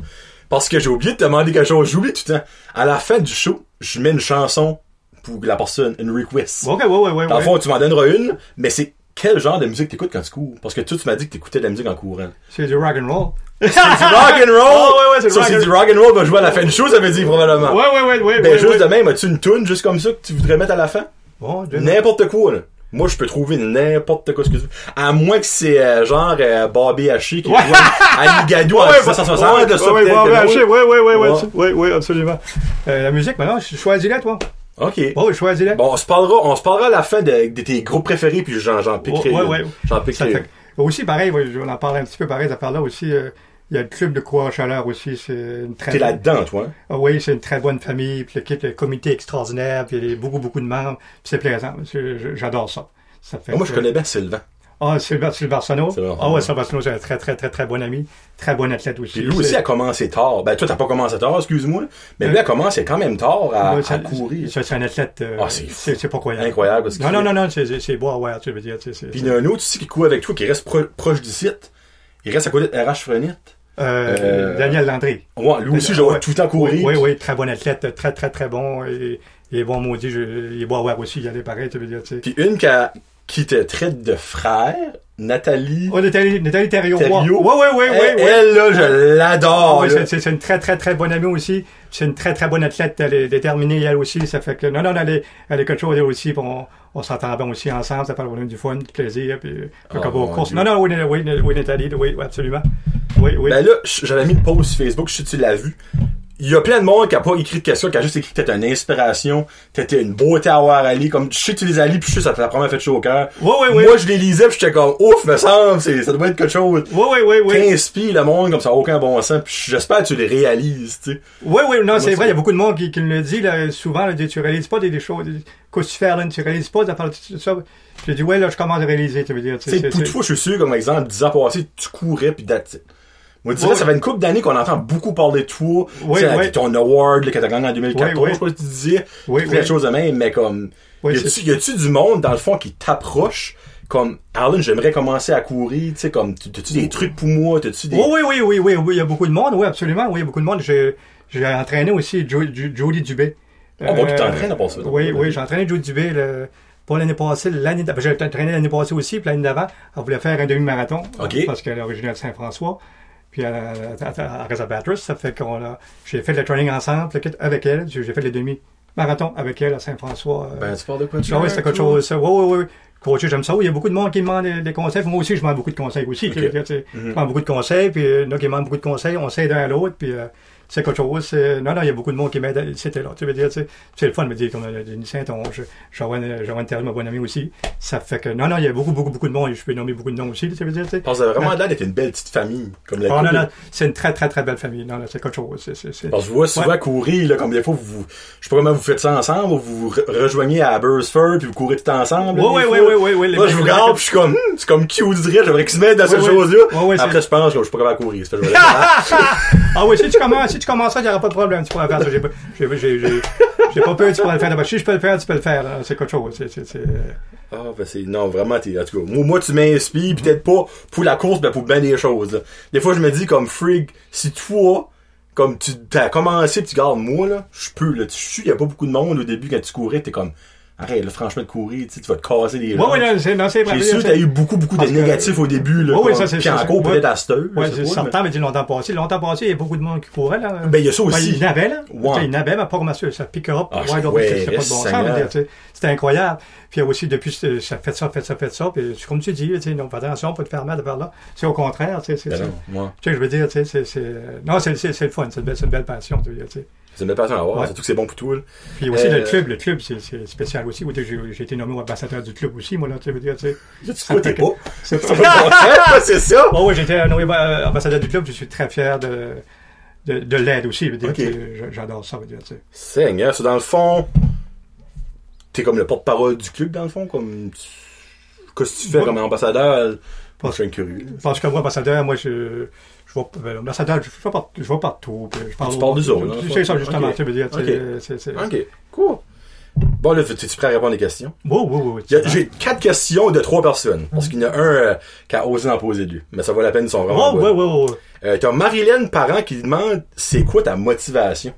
A: Parce que j'ai oublié de te demander quelque chose. J'oublie tout le temps. À la fin du show, je mets une chanson pour la personne, une request.
B: Ok, ouais, ouais, ouais.
A: Dans le
B: ouais.
A: fond, tu m'en donneras une, mais c'est quel genre de musique t'écoutes quand tu cours? Parce que toi, tu m'as dit que t'écoutais de la musique en courant.
B: [LAUGHS] C'est du rock and roll.
A: C'est du rock and roll!
B: Ah, ouais, ouais, c'est du
A: Ça,
B: rock
A: c'est
B: and-
A: du rock and roll, va jouer à la fin du show, ça veut dire probablement.
B: Ouais, ouais, ouais, ouais.
A: ben,
B: ouais,
A: juste
B: ouais.
A: de même, as-tu une tune juste comme ça que tu voudrais mettre à la fin?
B: Bon, de-
A: N'importe quoi, là. Moi, je peux trouver n'importe quoi ce que tu veux. À moins que c'est euh, genre euh, Bobby Haché qui joue à Nigadou en
B: [LAUGHS] Ouais,
A: 1960,
B: ouais,
A: là, ça,
B: ouais, ouais,
A: peut-être
B: ouais,
A: que non.
B: ouais, ouais, ouais, ouais,
A: Ouais.
B: ouais, ouais, absolument. Euh, la musique, maintenant, je- choisis-la, toi.
A: OK.
B: Bon, choisis-la.
A: Bon, on se parlera, on se parlera à la fin de, de tes groupes préférés, puis j'en, j'en piquerai.
B: Ouais,
A: une.
B: ouais, ouais.
A: J'en piquerai.
B: Ça
A: une.
B: fait que- Aussi, pareil, ouais, on en parle un petit peu, pareil, ça parle là aussi. euh, Il y a le club de Croix Chaleur aussi, c'est une très
A: T'es là-dedans, toi. hein?
B: Ah oui, c'est une très bonne famille, puis l'équipe, le comité extraordinaire, puis il y a beaucoup, beaucoup de membres, puis c'est plaisant. C'est- je- J'adore ça. Ça fait
A: Ben, Moi, je
B: que-
A: connais bien Sylvain.
B: Ah, Sylvain Sylvarsano.
A: Sylvain
B: Ah ouais,
A: Arsenault.
B: Sylvarsano, c'est un très, très, très, très bon ami. Très bon athlète aussi.
A: Puis lui aussi
B: C'est-
A: a commencé tard. Ben, toi, t'as pas commencé tard, excuse-moi. Mais lui a commencé quand même tard à,
B: Ouais,
A: à
B: Ben, ça-
A: courir.
B: ça, Ah, c'est un athlète. euh,
A: Ah, c'est
B: c'est
A: fou.
B: c'est pas croyable.
A: Incroyable. ce qu'il
B: Non, non,
A: fait.
B: non, non, c'est- c'est c'est beau à voir, tu veux dire. tu sais, c'est-
A: Puis il y en a un autre ici qui court avec toi, qui reste pro- proche du site. Il reste à côté de RH Frenette.
B: Euh,
A: euh,
B: Daniel Landry.
A: Ouais, lui aussi, je le vois tout le temps courir.
B: Oui, oui, très bon athlète, très, très, très bon. Et, et bon, maudit, je, il est beau à voir aussi, il allait pareil, tu veux dire. tu sais.
A: Puis une qui, a- qui te traite de frère, Nathalie.
B: Oh, Nathalie, Nathalie Thériault. Oui,
A: Thériault. Eh,
B: oui, oui, oui.
A: elle, elle, là, je l'adore.
B: Oui,
A: là.
B: Ah c'est- c'est c'est une très, très, très bonne amie aussi. C'est une très, très bonne athlète. Elle est déterminée, elle aussi. Ça fait que, non, non, elle est, elle est quelque chose, elle aussi. puis On, on s'entend bien aussi ensemble. Ça fait qu'on a du fun, du plaisir. Puis,
A: Oh,
B: quand on va
A: mon
B: aux courses.
A: Dieu.
B: Non, non, oui, oui, oui, oui, Nathalie, oui, oui, absolument. Oui, oui.
A: Ben là, j- j'avais mis une pause sur Facebook, je sais que tu l'as vu. il y a plein de monde qui a pas écrit de question, qui a juste écrit que t'étais une inspiration, t'étais une beauté à avoir à lire. Comme, je sais que tu les as lis, puis je sais que ça t'a vraiment fait chaud au cœur.
B: Ouais, ouais, ouais.
A: Moi, je les lisais, puis j'étais comme, ouf, me semble, c'est, ça doit être quelque chose.
B: Oui, oui, oui, oui.
A: T'inspires le monde comme ça, aucun bon sens, puis j'espère que tu les réalises, tu sais.
B: Oui, oui, non, c'est
A: c'est-
B: vrai, il y a beaucoup de monde qui, qui le dit là, souvent, là, dit, tu réalises pas des, des choses, des- qu'est-ce que tu fais là, tu réalises pas, ça parle de ça. J'ai dit, ouais, là, je commence à réaliser, tu veux dire.
A: Tu
B: tu sais,
A: sais,
B: c'est-
A: pour de fois, je suis sûr, comme exemple, 10 ans passés, tu courais, puis that's it. Moi, je dirais,
B: Ouais,
A: ça fait une couple d'années qu'on entend beaucoup parler de toi. tu
B: Ouais,
A: sais,
B: ouais.
A: avec ton award là, que t'as gagné en 2014,
B: Ouais, ouais.
A: je sais pas si tu disais.
B: Ouais,
A: plein
B: ouais.
A: de choses de même, mais comme,
B: Ouais,
A: y
B: c'est-
A: a-tu- y a-tu du monde, dans le fond, qui t'approche? Comme, Alan, j'aimerais commencer à courir, tu sais, comme, t- t'as-tu des trucs pour moi? T'as-tu des...
B: Oui, oui, oui, oui, oui, oui, il y a beaucoup de monde, oui, absolument, oui, il y a beaucoup de monde. J'ai j'ai entraîné aussi Jo- Jo- Jody Dubé. Euh,
A: Ah, bon, tu t'entraînes à Ben, part ça, donc. euh,
B: Oui, oui, j'ai entraîné Jody Dubé, le- pas l'année passée, l'année d'avant. J'ai entraîné l'année passée aussi, puis l'année d'avant, elle voulait faire un demi-marathon.
A: OK.
B: Parce qu'elle est originaire de Saint-François. Puis elle, elle- elle- elle reste à Bathurst, ça fait qu'on a. J'ai fait le training ensemble le kit, avec elle, j'ai j'ai fait le demi-marathon avec elle à Saint-François. euh,
A: Ben, tu parles de quoi, tu
B: ah oui, c'est quelque chose. ça. Oui, oui, oui. Coacher, j'aime ça. Oui, Il y a beaucoup de monde qui me demande des, des conseils. Moi aussi, je demande beaucoup de conseils aussi. tu sais, tu sais.
A: Mhm.
B: Je demande beaucoup de conseils, puis euh, il y en a qui demandent beaucoup de conseils. On s'aide un à l'autre, puis euh, c'est quelque chose. c'est- Non, non, il y a beaucoup de monde qui m'aide. à- C'était là. Tu veux dire, tu sais, c'est le fun de me dire comme euh, Denis Saint, on- je- Joanne euh, Joanne Terry, ma bonne amie aussi. Ça fait que, non, non, il y a beaucoup, beaucoup, beaucoup de monde. Je peux nommer beaucoup de noms aussi, tu veux dire, tu sais.
A: Je pense que vraiment là d'être une belle petite famille, comme la
B: Ah, non,
A: couple.
B: non, c'est une très, très, très belle famille. Non, non, c'est quelque chose. C'est- c'est- c'est-
A: Parce que je vois souvent
B: Ouais.
A: courir, là, comme des fois, vous, je sais pas comment vous faites ça ensemble, vous vous re- rejoignez à Burstford, puis vous courez tout ensemble.
B: Ouais,
A: là, des
B: ouais,
A: fois.
B: ouais, ouais, ouais, ouais,
A: Moi,
B: les-
A: je vous
B: les-
A: regarde, puis je suis comme, Hum, c'est comme qui vous dirait, j'aimerais qu'ils se mettent dans cette
B: ouais.
A: chose-là.
B: Ouais, ouais,
A: Après,
B: c'est-
A: je pense que je suis pas capable à courir, c'est pas que je
B: [LAUGHS]
A: vais rester là.
B: Ah oui, si tu commences, si tu commences ça, il n'y aura pas de problème. Tu pourras faire ça. J'ai pas- J'ai j'ai- j'ai- j'ai pas peur, tu pourras le faire. D'abord, si je peux le faire, tu peux le faire. hein. C'est quelque chose. C'est- c'est- c'est-
A: Ah, ben c'est. Non, vraiment, t'es. En tout cas, moi, moi tu m'inspires, pis peut-être pas pour la course, mais pour bien des choses. là. Des fois, je me dis, comme Frig, si toi, comme tu t'as commencé pis tu gardes moi, là, je peux, là. Tu je suis, y a pas beaucoup de monde au début quand tu courais, t'es comme, arrête, là, franchement, de courir, tu sais, tu vas te casser les
B: Ouais,
A: jambes.
B: ouais, non, c'est non, c'est vrai.
A: J'ai sûr que t'as eu beaucoup, beaucoup de
B: Parce que-
A: négatifs au début, là.
B: Ouais, ouais,
A: comme-
B: ça, c'est-
A: Puis
B: ça, c'est-
A: encore,
B: ouais.
A: peut-être à cette heure,
B: Ouais,
A: je
B: c'est
A: sais pas, mais-
B: certain, mais dis longtemps passé. Longtemps passé, il y a beaucoup de monde qui courait, là.
A: Ben, il y a ça
B: Ouais,
A: aussi.
B: il y en avait, là.
A: Ouais.
B: Tu sais, Il y en avait, mais pas comme ça. Ça pick up.
A: Ah,
B: wide
A: je-
B: open,
A: ouais,
B: c'est c'est pas de bon sens.
A: Seigneur.
B: je veux dire, tu sais. C'était incroyable. Puis il y a aussi, depuis, c'est- ça fait ça, fait ça, fait ça. Puis c'est comme tu dis, tu sais, non, fais attention, pas te faire mal de faire là. C'est au contraire, tu sais. c'est-
A: Ben
B: c'est-
A: non, moi.
B: Tu sais, je veux dire, tu sais, c'est- c'est. Non, c'est c'est- c'est le fun. C'est une belle- c'est une belle passion, tu veux dire, tu sais.
A: C'est une belle façon à avoir,
B: Ouais.
A: surtout que c'est bon pour tout, là.
B: Puis aussi
A: Euh,
B: le club, le club, c'est- c'est spécial aussi. Où t'es- J'ai j'ai été nommé ambassadeur du club aussi, moi, là, tu veux dire, tu sais.
A: Tu sais, t'es [LAUGHS] pas.
B: C'est
A: C'est pas le concept, là, c'est ça.
B: [LAUGHS] Oh, oui, j'ai été nommé euh, ambassadeur du club, je suis très fier de, de, de l'aide aussi. je veux dire,
A: Ok.
B: tu sais, j- J'adore ça, je veux dire, tu sais.
A: Seigneur, c'est dans le fond. T'es comme le porte-parole du club, dans le fond, comme. tu- Qu'est-ce que tu fais
B: Ouais.
A: comme ambassadeur?
B: Pas-
A: Moi, je suis un curieux.
B: Parce que moi, ambassadeur, moi, je. Je vais, euh, ambassadeur, je, je vais, part- je vais partout. puis Je parle
A: Tu parles
B: aux-
A: des autres, hein,
B: C'est
A: toi.
B: ça, justement,
A: Ok.
B: tu veux dire. tu sais,
A: Ok.
B: c'est- c'est-
A: Ok, cool. Bon, là, es-tu prêt à répondre à des questions?
B: Wow, wow, wow,
A: Il y a-
B: tu vois.
A: J'ai quatre questions de trois personnes. Parce qu'il y en a un euh, qui a osé en poser deux. Mais ça vaut la peine, ils sont vraiment.
B: Wow,
A: bonnes.
B: wow, wow, wow.
A: Euh, T'as Marilyn Parent qui demande c'est quoi ta motivation?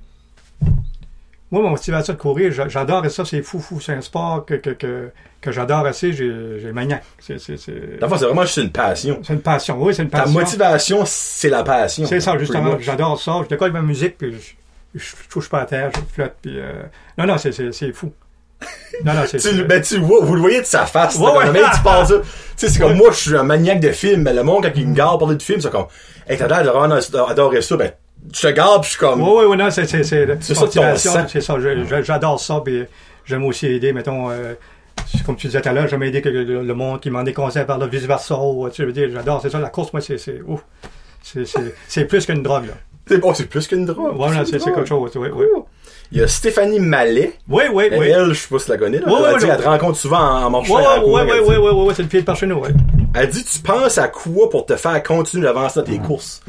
B: Moi, ma motivation de courir, j'a- j'adore ça, c'est fou, fou. C'est un sport que, que, que, que j'adore assez, j'ai j'ai maniaque. C'est- c'est- c'est-
A: Dans le fond, c'est vraiment juste une passion.
B: C'est une passion, oui, c'est une
A: Ta
B: passion.
A: motivation, c'est la passion.
B: C'est ça, justement.
A: Pretty much.
B: J'adore ça. Je décolle ma musique, puis je, je touche pas à terre, je flotte, puis... euh, Non, non, c'est- c'est c'est fou. Non, non,
A: [LAUGHS]
B: c'est...
A: Tu,
B: c'est-
A: le- ben, tu vois, vous le voyez de sa face.
B: Ouais,
A: là, comme
B: ouais.
A: le
B: [LAUGHS]
A: mec, tu penses ça. Tu sais, c'est comme moi, je suis un maniaque de films, mais le monde, quand il me garde parler de films, c'est comme, hey, t'as l'air de vraiment adorer ça, ben, je te garde, puis je suis comme,
B: Oui, oui, oui, non, c'est... C'est c'est-
A: C'est ça, ton Ah.
B: motivation,
A: sang.
B: C'est ça, je- je- j'adore ça, puis euh, j'aime aussi aider, mettons... euh, comme tu disais tout à l'heure, j'aime aider que le, le- le monde qui demande des conseils par le vice-versa. ou, Tu sais, je veux dire, j'adore, c'est ça, la course, moi, c'est... c'est- ouf. C'est- C'est c'est plus qu'une drogue, là.
A: c'est bon, Oh, c'est plus qu'une drogue.
B: Voilà,
A: une
B: c'est c'est
A: drogue.
B: quelque chose, oui, oui.
A: Cool. Il y a Stéphanie Mallet.
B: Oui, oui, oui.
A: Elle, je sais pas si tu la connais, là.
B: Ouais,
A: elle,
B: ouais,
A: dit,
B: ouais.
A: elle te rencontre souvent en, en marchant.
B: Oui,
A: en courant,
B: oui,
A: elle
B: oui,
A: dit.
B: oui, oui, oui, c'est le pied de par chez nous, oui.
A: Elle dit, tu penses à quoi pour te faire continuer d'avancer dans tes
B: Mhm.
A: courses?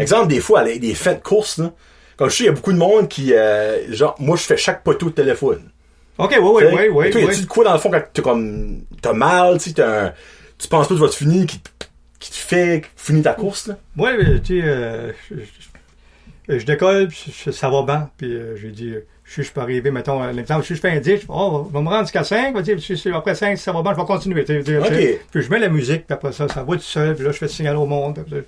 A: Exemple, des fois, elle a des fêtes de courses, là. Comme je sais, il y a beaucoup de monde qui, euh, genre, moi, je fais chaque poteau de téléphone.
B: OK, oui, oui,
A: T'sais,
B: oui, oui.
A: Toi, y a-tu
B: oui.
A: de quoi dans le fond quand t'as comme t'as mal, tu sais, t'as un- tu penses pas que tu vas te finir, qui, qui te fait finir ta course là
B: Ouais, mais, tu sais, euh, je, je- je décolle, puis je- ça va bien. Puis euh, j'ai dit, euh, si je peux arriver, mettons, un exemple, si je fais un 10, je fais, oh, on va me rendre jusqu'à 5, puis, tu sais, si- si après 5, si ça va bien, je vais continuer. tu sais, je veux dire,
A: Ok.
B: tu sais. Puis je mets la musique, puis après ça, ça va tout seul, puis là, je fais le signal au monde, puis, euh,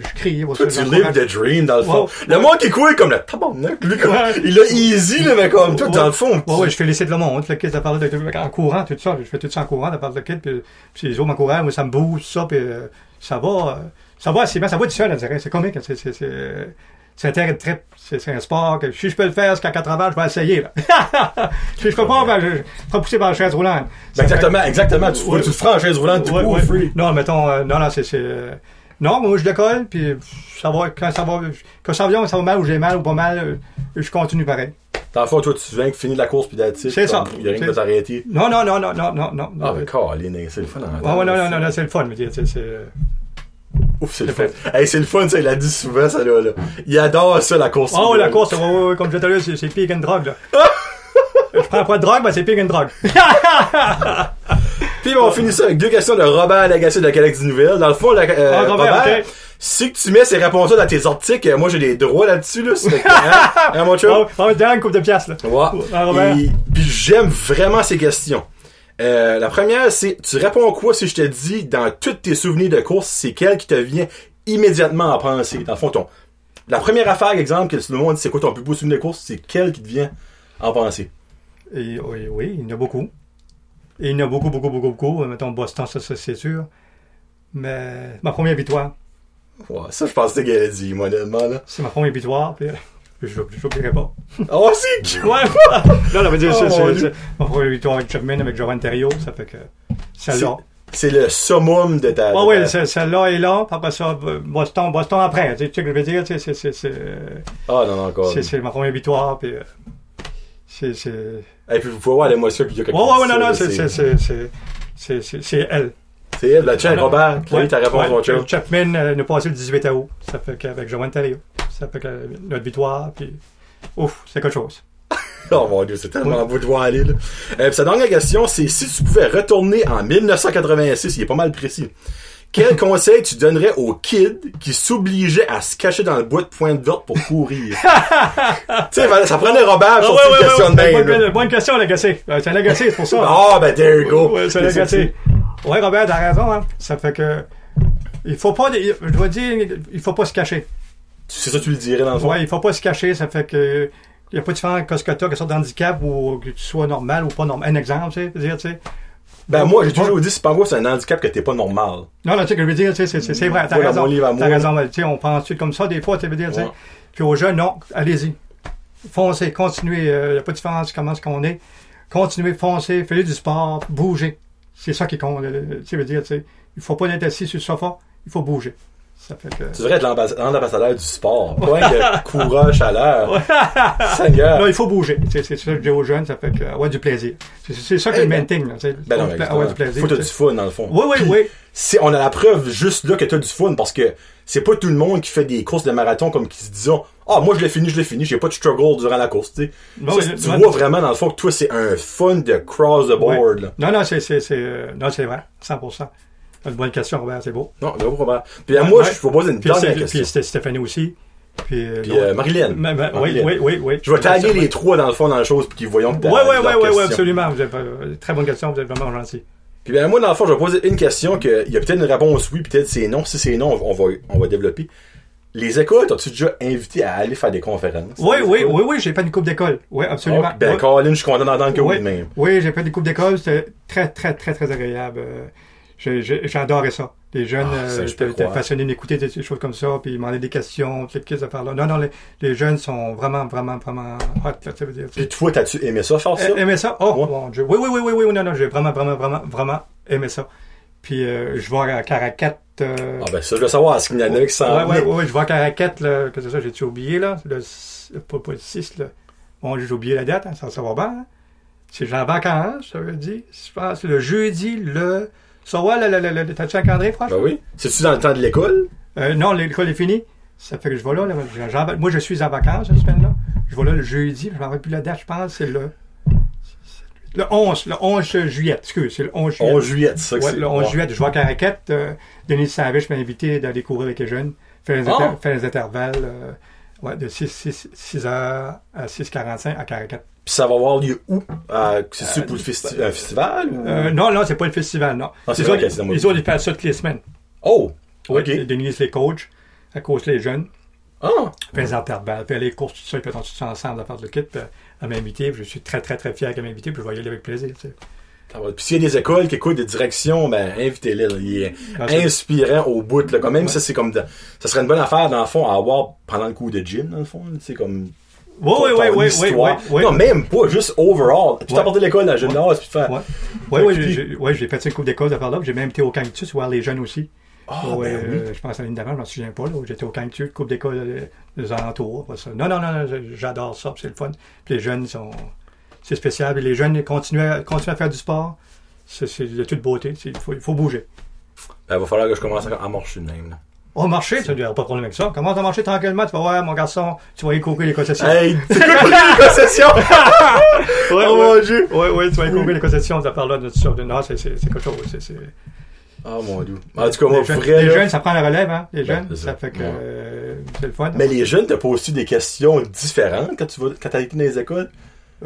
B: je crie. pour
A: Toi,
B: ça,
A: tu live
B: j'encourage.
A: the dream dans le fond.
B: Ouais,
A: le monde qui court est comme le tabarnak, lui comme,
B: Ouais.
A: il a easy là, mais comme toi
B: Ouais.
A: dans le fond. tu-
B: Ouais, ouais, je fais laisser de le monde, le kid, ça parle de, de- en courant, tout ça. Je fais tout ça en courant, ça parle de kid, puis, puis les autres m'encouragent, moi, ça me bouge, tout ça, puis euh, ça va, euh, ça va assez bien, ça va tout seul, on dirait. C'est comique, hein, c'est, c'est, c'est, euh, c'est un terrain de trip. C'est c'est un sport que si je peux le faire jusqu'à 80 ans, je vais essayer. Là. [LAUGHS] si je peux pas, ben, je, je serai poussé par la chaise roulante.
A: Ben, exactement, exactement. Tu,
B: Ouais.
A: tu te franchises roulante du
B: Ouais,
A: coup,
B: ouais.
A: free.
B: Non, mettons, euh, non, non, c'est. c'est, euh, non, moi, je décolle, puis ça va, quand ça va, quand ça vient, ça va mal ou j'ai mal ou pas mal, euh, je continue pareil.
A: Dans le fond, toi, tu viens que finir la course puis d'attitude.
B: C'est ça.
A: Il y a rien qui
B: C'est-
A: peut t'arrêter.
B: Non, non, non, non, non, non, non.
A: Ah,
B: non.
A: ben, Colin, hein, c'est le fun. en
B: Ah Ouais,
A: temps.
B: ouais, non, non, non, non, c'est le fun, mais tu sais, c'est. c'est, euh,
A: Ouf, c'est le fun. Hey, c'est le fun, ça, il a dit souvent, ça, là. là. Il adore ça, la course.
B: Oh, la course, ouais, ouais, ouais, comme je t'ai dit, c'est- c'est pire qu'une drogue,
A: [LAUGHS]
B: là. je prends pas de drogue, mais c'est pire qu'une drogue.
A: Puis on finit ça avec deux questions de Robert Lagacé de la Galaxie Nouvelle. Dans le fond, la, euh,
B: Ah, Robert,
A: Robert,
B: ok.
A: si que tu mets ces réponses-là dans tes articles, euh, moi j'ai des droits là-dessus, là. c'est-
B: [LAUGHS]
A: hein, hein, mon chum?
B: On on va te donner une ah coupe de piastres, là.
A: Ouais.
B: Ah, Robert.
A: Et- puis j'aime vraiment ces questions. Euh, la première, c'est tu réponds quoi si je te dis dans tous tes souvenirs de course, c'est quel qui te vient immédiatement en pensée? Dans le fond, ton. La première affaire, exemple, que tout le monde dit c'est quoi ton plus beau souvenir de course, c'est quel qui te vient en pensée?
B: Et, oui, oui, il y en a beaucoup. Et il y en a beaucoup, beaucoup, beaucoup, beaucoup. Euh, Mettons Boston, ça, ça, c'est sûr. Mais ma première victoire,
A: Ouais, ça je pensais qu'elle allait dire, moi, honnêtement,
B: [LAUGHS]
A: là.
B: c'est ma première victoire, puis [LAUGHS] euh, je n'oublierai pas.
A: Oh, c'est cute!
B: Ouais, Non, non, mais dire,
A: Oh,
B: [LAUGHS] c'est,
A: mon
B: c'est,
A: Dieu.
B: c'est ma première victoire avec Chapman, avec Jovan Terrio, ça fait que celle-là. Ah
A: C'est le summum de ta. de
B: Ouais,
A: ta-
B: ouais, c'est- celle-là est là, puis après ça, euh, Boston, Boston après. Tu sais, tu sais ce que je veux dire, tu sais, c'est, c'est, c'est, euh,
A: Ah non, non, encore.
B: c'est, c'est ma première victoire, puis euh, c'est, c'est... Ouais,
A: Et puis vous pouvez voir l'émotion qu'il y a quand
B: ouais, ouais, non, non, c'est, c'est, c'est, c'est, c'est, c'est, c'est elle.
A: C'est elle, la tienne,
B: Ouais.
A: Robert. Quelle est ta réponse,
B: Ouais,
A: mon chum?
B: Chapman euh, nous passé le 18 août. Ça fait qu'avec Joanne Terrio. Ça fait que euh, notre victoire, puis ouf, c'est quelque chose.
A: Oh mon dieu, c'est tellement beau de voir aller, là. Euh, puis sa dernière question, c'est si tu pouvais retourner en 1986, il est pas mal précis.
B: [LAUGHS]
A: Quel conseil tu donnerais aux kids qui s'obligeaient à se cacher dans le bois de pointe verte pour
B: [LAUGHS]
A: courir? tu sais, Val- ça prenait Robert
B: Ah,
A: sur cette question de
B: bonne,
A: même, là.
B: bonne- bonne question, Lagacé. Euh, C'est un Lagacé, c'est pour ça.
A: Ah, ben, there you go.
B: Ouais, c'est un Lagacé. Ouais, Robert, t'as raison. Hein. Ça fait que. Il faut pas. Je dois dire, il faut pas se cacher.
A: C'est ça, tu le dirais dans le fond.
B: Ouais, il faut pas se cacher. Ça fait que. Il n'y a pas de différence que ce que tu as, que ce soit d'handicap ou que tu sois normal ou pas normal. Un exemple, tu sais. je veux dire, tu sais.
A: Ben, moi, j'ai toujours dit, c'est pas moi, c'est un handicap que t'es pas normal.
B: Non, non, tu sais, que je veux dire, tu sais, c'est- c'est c'est vrai, t'as
A: Voilà,
B: raison.
A: mon livre à moi.
B: T'as raison, mais tu sais, on pense tout comme ça des fois, tu veux dire, tu sais.
A: Ouais.
B: Puis aux jeunes, non, allez-y. Foncez, continuez, il n'y a pas de différence comment ce qu'on est. Continuez, foncez, faites du sport, bougez. C'est ça qui compte, euh, tu sais, veux dire, tu sais. Il faut pas être assis sur le sofa, il faut bouger. Ça fait que...
A: Tu devrais être l'ambass- l'ambassadeur du sport. Point
B: [LAUGHS]
A: de courage, chaleur. Seigneur.
B: Non, il faut bouger. C'est c'est ça que je dis aux jeunes, ça fait que, avoir du plaisir. C'est- C'est ça que
A: Eh
B: le
A: ben.
B: main thing, là, tu sais.
A: Ben non,
B: Avoir
A: mais
B: du pla- avoir du
A: justement,
B: plaisir.
A: faut que t'as
B: tu
A: du
B: sais.
A: fun, dans le fond.
B: Oui, oui,
A: Puis,
B: oui.
A: c'est- on a la preuve juste là que t'as du fun parce que c'est pas tout le monde qui fait des courses de marathon comme qui se disant Ah, moi je l'ai fini, je l'ai fini, j'ai pas de struggle durant la course. tu sais.
B: Non,
A: Ça,
B: mais-
A: c'est- tu
B: non,
A: vois
B: mais-
A: vraiment dans le fond que toi c'est un fun de cross the
B: Ouais.
A: board. là.
B: Non, non, c'est c'est- c'est, euh, non, c'est vrai, 100%. T'as une bonne question, Robert, c'est beau.
A: Non, là, probablement. Puis euh, moi
B: Ouais.
A: je vous pose une
B: Puis,
A: dernière
B: c'est-
A: question.
B: puis c'était Stéphanie aussi. Puis, euh,
A: Puis
B: l'autre.
A: euh, Marilyn.
B: Ma- ma- oui,
A: Marilyn.
B: oui, oui, oui.
A: Je vais taguer les trois dans le fond dans la chose pour qu'ils voient.
B: Oui, oui, oui, oui, oui, absolument. Vous avez, euh, très bonne question, vous êtes vraiment gentil.
A: Puis ben, moi, dans le fond, je vais poser une question que il y a peut-être une réponse oui, peut-être c'est non. Si c'est non, on va, on va développer. Les écoles, t'as-tu déjà invité à aller faire des conférences?
B: Oui, oui, oui, oui, j'ai fait une coupe d'école. Oui, absolument.
A: Ah, ben,
B: Oui.
A: Colin, je suis content d'entendre que oui,
B: oui,
A: de même.
B: oui, j'ai fait une coupe d'école, c'était très, très, très, très agréable. Euh, j'ai- j'ai- J'adorais ça. Les jeunes
A: Ah, ça,
B: euh,
A: je
B: étaient
A: peux croire.
B: passionnés d'écouter des, des choses comme ça, puis ils demandaient des questions, puis qu'est-ce faire là. Non, non, les, les jeunes sont vraiment, vraiment, vraiment hot, là, tu veux dire.
A: Puis toi, t'as-tu aimé ça, faire ça?
B: Eh, Aimé ça? Oh,
A: Ouais.
B: mon Dieu. Oui, oui, oui, oui, oui, non, non, j'ai vraiment, vraiment, vraiment, vraiment aimé ça. Puis euh, je vois à Caracat. euh,
A: Ah ben ça, je veux savoir, est-ce qu'il y en a qui s'en
B: ouais, ouais,
A: venaient?
B: ouais, ouais, je vois à Caracat, là, que c'est ça, j'ai-tu oublié, là? Le, s- euh, pas, pas le 6, là. Bon, j'ai oublié la date, hein, ça, ça va bien. hein. C'est en vacances, ça veut dire. Je pense que le jeudi, le. Ça va, le. le, le, le- T'as-tu un calendrier, franchement?
A: Ben oui. C'est-tu dans le temps de l'école?
B: Euh, non, l'école est finie. Ça fait que je vais là. là, j'en- j'en- moi, je suis en vacances cette semaine-là. Je vais là le jeudi. Je m'en rappelle plus la date, je pense. C'est le. Le 11, le 11 juillet. Excuse, c'est le 11 juillet.
A: 11 juillet, c'est ça que
B: Ouais,
A: c'est.
B: le 11
A: Ouais.
B: juillet, je vois qu'à raquette, euh, Denis Savage m'a invité d'aller courir avec les jeunes, faire les,
A: Ah!
B: inter- faire les intervalles euh, ouais, de 6, 6, 6 heures à 6h45 à Caraquette.
A: Puis ça va avoir lieu où? Euh, C'est-tu pour le festi- un festival? ou-
B: ben, Euh, non, non, c'est pas le festival, non.
A: Mm-hmm. Ah, c'est
B: les,
A: vrai
B: autres,
A: qu'elle s'est dans mon-
B: les autres, ils font ça toutes les semaines.
A: Oh!
B: Ouais,
A: Ok.
B: Denis les coachs, à cause les jeunes.
A: Ah!
B: Fait les intervalles, fait les courses, tout ça, ils font tout ça ensemble à faire le kit, puis, euh, à m'inviter. puis Je suis très, très, très fier qu'à m'inviter, puis je vais y aller avec plaisir. tu sais.
A: Ça va. Puis s'il y a des écoles qui écoutent des directions, ben invitez-les. là. Il est
B: Ah, c'est-
A: inspirant au bout. Là. Quand même, ça, c'est comme de- ça serait une bonne affaire, dans le fond, à avoir pendant le coup de gym, dans le fond. là. C'est comme.
B: Oui, oui,
A: ton
B: oui, oui, oui,
A: histoire.
B: oui.
A: Non, même pas, juste overall. Tu
B: Ouais.
A: t'apportes de l'école dans le gymnase, puis tu fais.
B: Ouais.
A: [LAUGHS]
B: Ouais, ouais,
A: Puis-
B: j'ai- j'ai ouais, j'ai fait une couple d'écoles de par là. puis J'ai même été au Canctus voir les jeunes aussi.
A: Ah,
B: Ouais,
A: ben oui.
B: euh, Je pense à l'une d'avant, je m'en souviens pas. là, où J'étais au Canctus, couple d'écoles euh, des alentours. après ça. Non, non, non, non, j- j'adore ça, puis c'est le fun. Puis les jeunes sont. C'est spécial. puis les jeunes ils continuent à, continuent à faire du sport. C'est c'est de toute beauté. c'est- Il faut, il faut bouger.
A: Ben, va falloir que je commence à à marcher de même. là.
B: On marcher, tu n'as pas de problème avec ça. Commence à marcher tranquillement. Tu vas voir, mon garçon, tu vas aller courir les concessions.
A: [LAUGHS] Hey, t'es quoi pour les concessions?
B: Ouais,
A: oh
B: Ah, ouais.
A: mon dieu!
B: Oui, oui, tu vas aller courir les concessions de par là, de sur de non, c'est c'est- c'est quelque chose. c'est- c'est-
A: Oh mon dieu. En tout cas, moi,
B: les jeunes,
A: vrai.
B: les
A: là-
B: jeunes, ça prend la relève, hein, les
A: Ben,
B: jeunes.
A: c'est
B: ça.
A: ça.
B: fait que
A: Ouais.
B: euh, c'est le fun.
A: Mais les jeunes te posent-tu des questions différentes quand tu vas, quand t'as été dans les écoles?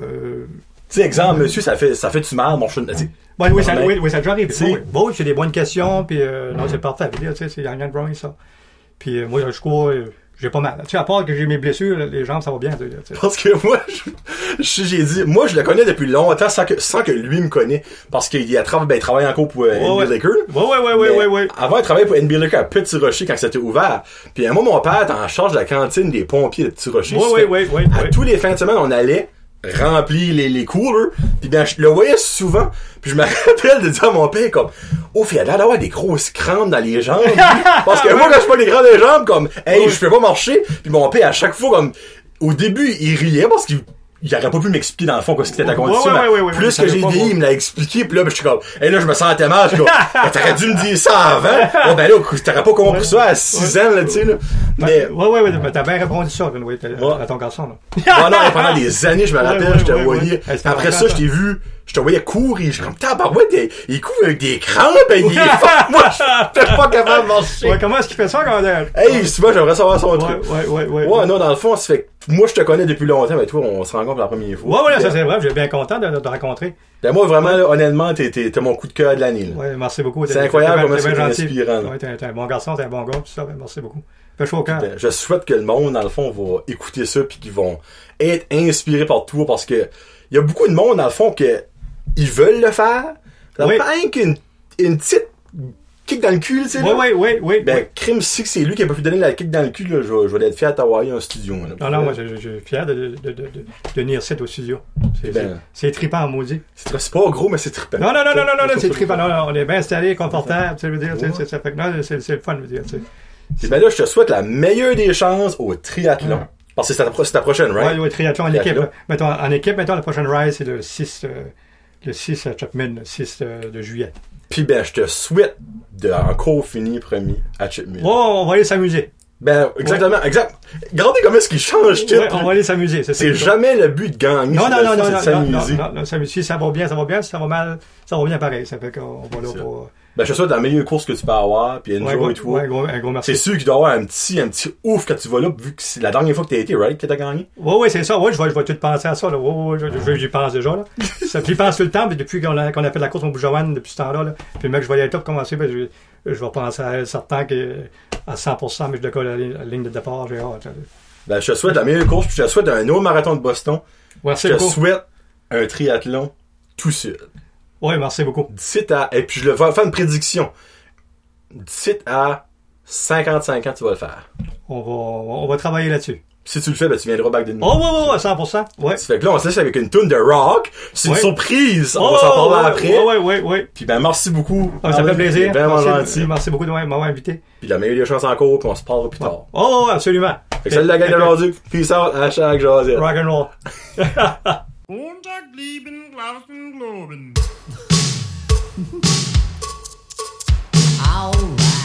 B: Euh,
A: Tu sais, exemple, monsieur, ça fait, ça fait du mal, mon chien. Tu sais,
B: ouais, oui, ça,
A: Ben,
B: oui, oui, ça déjà arrive.
A: si.
B: Oui, oui. Bon, c'est des bonnes questions, puis euh, non, c'est parfait. Puis là, Tu sais, c'est Yann Brown, ça. Puis euh, moi, je crois, euh, j'ai pas mal. Tu sais, à part que j'ai mes blessures, là, les jambes, ça va bien. tu sais, là, tu sais.
A: Parce que moi, je- je- j'ai dit, moi, je le connais depuis longtemps sans que, sans que lui me connaisse. Parce qu'il a travaillé, ben, il travaille encore pour euh,
B: Ouais,
A: NB
B: ouais.
A: Liquor.
B: Ouais, ouais, ouais, ouais,
A: Mais
B: ouais, ouais.
A: Avant, il travaillait pour NB Liquor à Petit Rocher quand c'était ouvert. Puis, à un moment, mon père était en charge de la cantine des pompiers de Petit Rocher.
B: Ouais,
A: Ça
B: ouais,
A: fait-
B: ouais, ouais,
A: À
B: ouais.
A: tous les fins de semaine, on allait remplir les, les coolers. Puis ben, je le voyais souvent. Puis je me [LAUGHS] rappelle de dire à mon père, comme, oh, il a l'air d'avoir des grosses crampes dans les
B: [LAUGHS]
A: jambes. lui. Parce que moi, quand je prends des crampes dans les jambes, comme, hey, je peux pas marcher. Puis mon père, à chaque fois, comme, au début, il riait parce qu'il il aurait pas pu m'expliquer dans le fond quoi c'était ta
B: Ouais,
A: condition
B: ouais,
A: mais
B: ouais, ouais, ouais,
A: plus
B: ça
A: que
B: veut
A: j'ai
B: pas
A: dit
B: voir.
A: il me l'a expliqué puis là ben, je suis comme et là je me sentais mal je suis comme
B: [LAUGHS]
A: Ben, t'aurais dû me dire ça avant Ouais, ben là t'aurais pas compris ça à 6 ans là tu sais là mais
B: Ben, Ouais, ouais, ouais, mais t'as bien répondu ça, Renaud, t'as-
A: Ouais.
B: à ton garçon, [LAUGHS] là.
A: Ouais, non, mais pendant des années, je me rappelle,
B: ouais,
A: je te
B: ouais,
A: voyais.
B: ouais. Hey, c'était
A: Après ça,
B: marquant,
A: je t'ai vu, je te voyais courir. Je suis comme, tabarouette, il, il court avec des crampes, et il est fort. Moi,
B: [LAUGHS]
A: je suis pas capable de marcher.
B: Ouais, comment est-ce qu'il fait ça, quand même?
A: Hey, tu vois, j'aimerais savoir son
B: Ouais,
A: truc.
B: ouais, ouais, ouais.
A: Ouais, non, dans le fond, ça fait que moi, je te connais depuis longtemps, mais toi, on se rencontre pour la première fois.
B: Ouais, ouais, ça
A: Ben,
B: c'est vrai, j'ai bien content de te rencontrer.
A: ben, moi, vraiment, là, honnêtement, t'es, t'es, t'es mon coup de cœur de l'année, là.
B: Ouais, merci beaucoup.
A: C'est
B: T'es-
A: incroyable
B: t'es bien-
A: comment
B: t'es bien
A: c'est
B: gentil.
A: inspirant, là.
B: Ouais, t'es t'es un bon garçon, t'es un bon gars, tout ça, ben, merci beaucoup. Fais chaud au cœur.
A: Ben, Je souhaite que le monde, dans le fond, va écouter ça puis qu'ils vont être inspirés par toi parce que il y a beaucoup de monde, dans le fond, que ils veulent le faire. Ça
B: Oui.
A: prend qu'une une petite kick dans le cul, tu sais.
B: Oui,
A: là.
B: oui, oui, oui.
A: Ben, crime si que c'est lui qui a pas pu donner la kick dans le cul, là. Je, vais- je vais l'être fier à t'avoir un studio. là.
B: Ah, Non, non, moi, je je- je suis fier de, de, de, de, de venir ici au studio. C'est-
A: Ben.
B: C'est c'est trippant en maudit.
A: C'est très- c'est pas gros, mais c'est trippant.
B: Non, non, non, non, non, non, non,
A: Ça,
B: c'est
A: ça,
B: trippant.
A: ça.
B: Non, non, on est bien installé, confortable, tu sais, je veux dire, tu sais,
A: Ouais.
B: c'est- ça fait que non, c'est c'est le fun, je veux dire, tu sais.
A: Et ben là, je te souhaite la meilleure des chances au triathlon. Parce que c'est ta, pro- c'est ta prochaine, right?
B: Ouais, ouais, triathlon en
A: Triathlon.
B: équipe. Mettons, en équipe, mettons, la prochaine ride, c'est le 6, euh, le 6 à Chapman, le 6 euh, de juillet.
A: Puis ben, je te souhaite de encore finir premier à Chipmunk.
B: Oh, on va aller s'amuser.
A: Ben, exactement, exact. Regardez comment est-ce qu'il change tout.
B: Ouais, on va aller s'amuser, c'est ça.
A: c'est jamais le but de gagner.
B: Non,
A: c'est
B: non,
A: de-
B: non,
A: c'est
B: non,
A: de
B: non, non,
A: s'amuser.
B: non, non, non, ça, si ça va bien, ça va bien, si ça va mal, ça va bien pareil. Ça fait qu'on va là
A: C'est
B: pour.
A: Ben, je te souhaite la meilleure course que tu peux avoir, puis
B: Ouais,
A: enjoy
B: gros-
A: toi.
B: ouais, gros- un gros merci.
A: C'est sûr qu'il doit y avoir un petit, un petit ouf quand tu vas là, vu que c'est la dernière fois que t'as été, right, que t'as gagné.
B: Oui, oui, c'est ça. Oui, je vais, je vais tout penser à ça. Là. Ouais, ouais, ouais, je- je- j'y pense déjà. Là. ça, j'y pense tout le temps. Puis depuis qu'on a, qu'on a fait la course au Bougeoane, depuis ce temps-là, là, puis même que je voyais le top commencer, ben, je, je vais penser à certain que à 100%, mais je décolle la ligne, la ligne de départ. J'ai hâte. là.
A: Ben, je te souhaite la meilleure course, puis je te souhaite un autre marathon de Boston.
B: Merci
A: Je te
B: beaucoup.
A: souhaite un triathlon tout seul.
B: Oui, merci beaucoup.
A: D'ici à, et puis je le vais faire une prédiction. D'ici à 55 ans, tu vas le faire.
B: On va, on va travailler là-dessus.
A: Si tu le fais, ben, tu viendras back de nous.
B: Oh, oui, oui, oui, 100%. Ouais.
A: Ça fait que là, on se laisse avec une tune de rock. C'est une
B: Ouais.
A: surprise. On
B: Oh,
A: va s'en
B: ouais,
A: parler
B: ouais,
A: après.
B: Ouais, ouais, ouais, ouais.
A: Puis ben, merci beaucoup.
B: Ah, ça
A: Arnaud,
B: fait plaisir.
A: t'es Vraiment
B: merci,
A: gentil.
B: merci beaucoup de m'avoir invité.
A: Puis la meilleure des chances encore, puis on se parle plus tard.
B: Oh, ouais, absolument.
A: Fait que salut la gang de l'ordi. Peace out. Hashtag Josette.
B: Rock and roll.
C: Montag, lieben, glauben, globen.
D: Alright.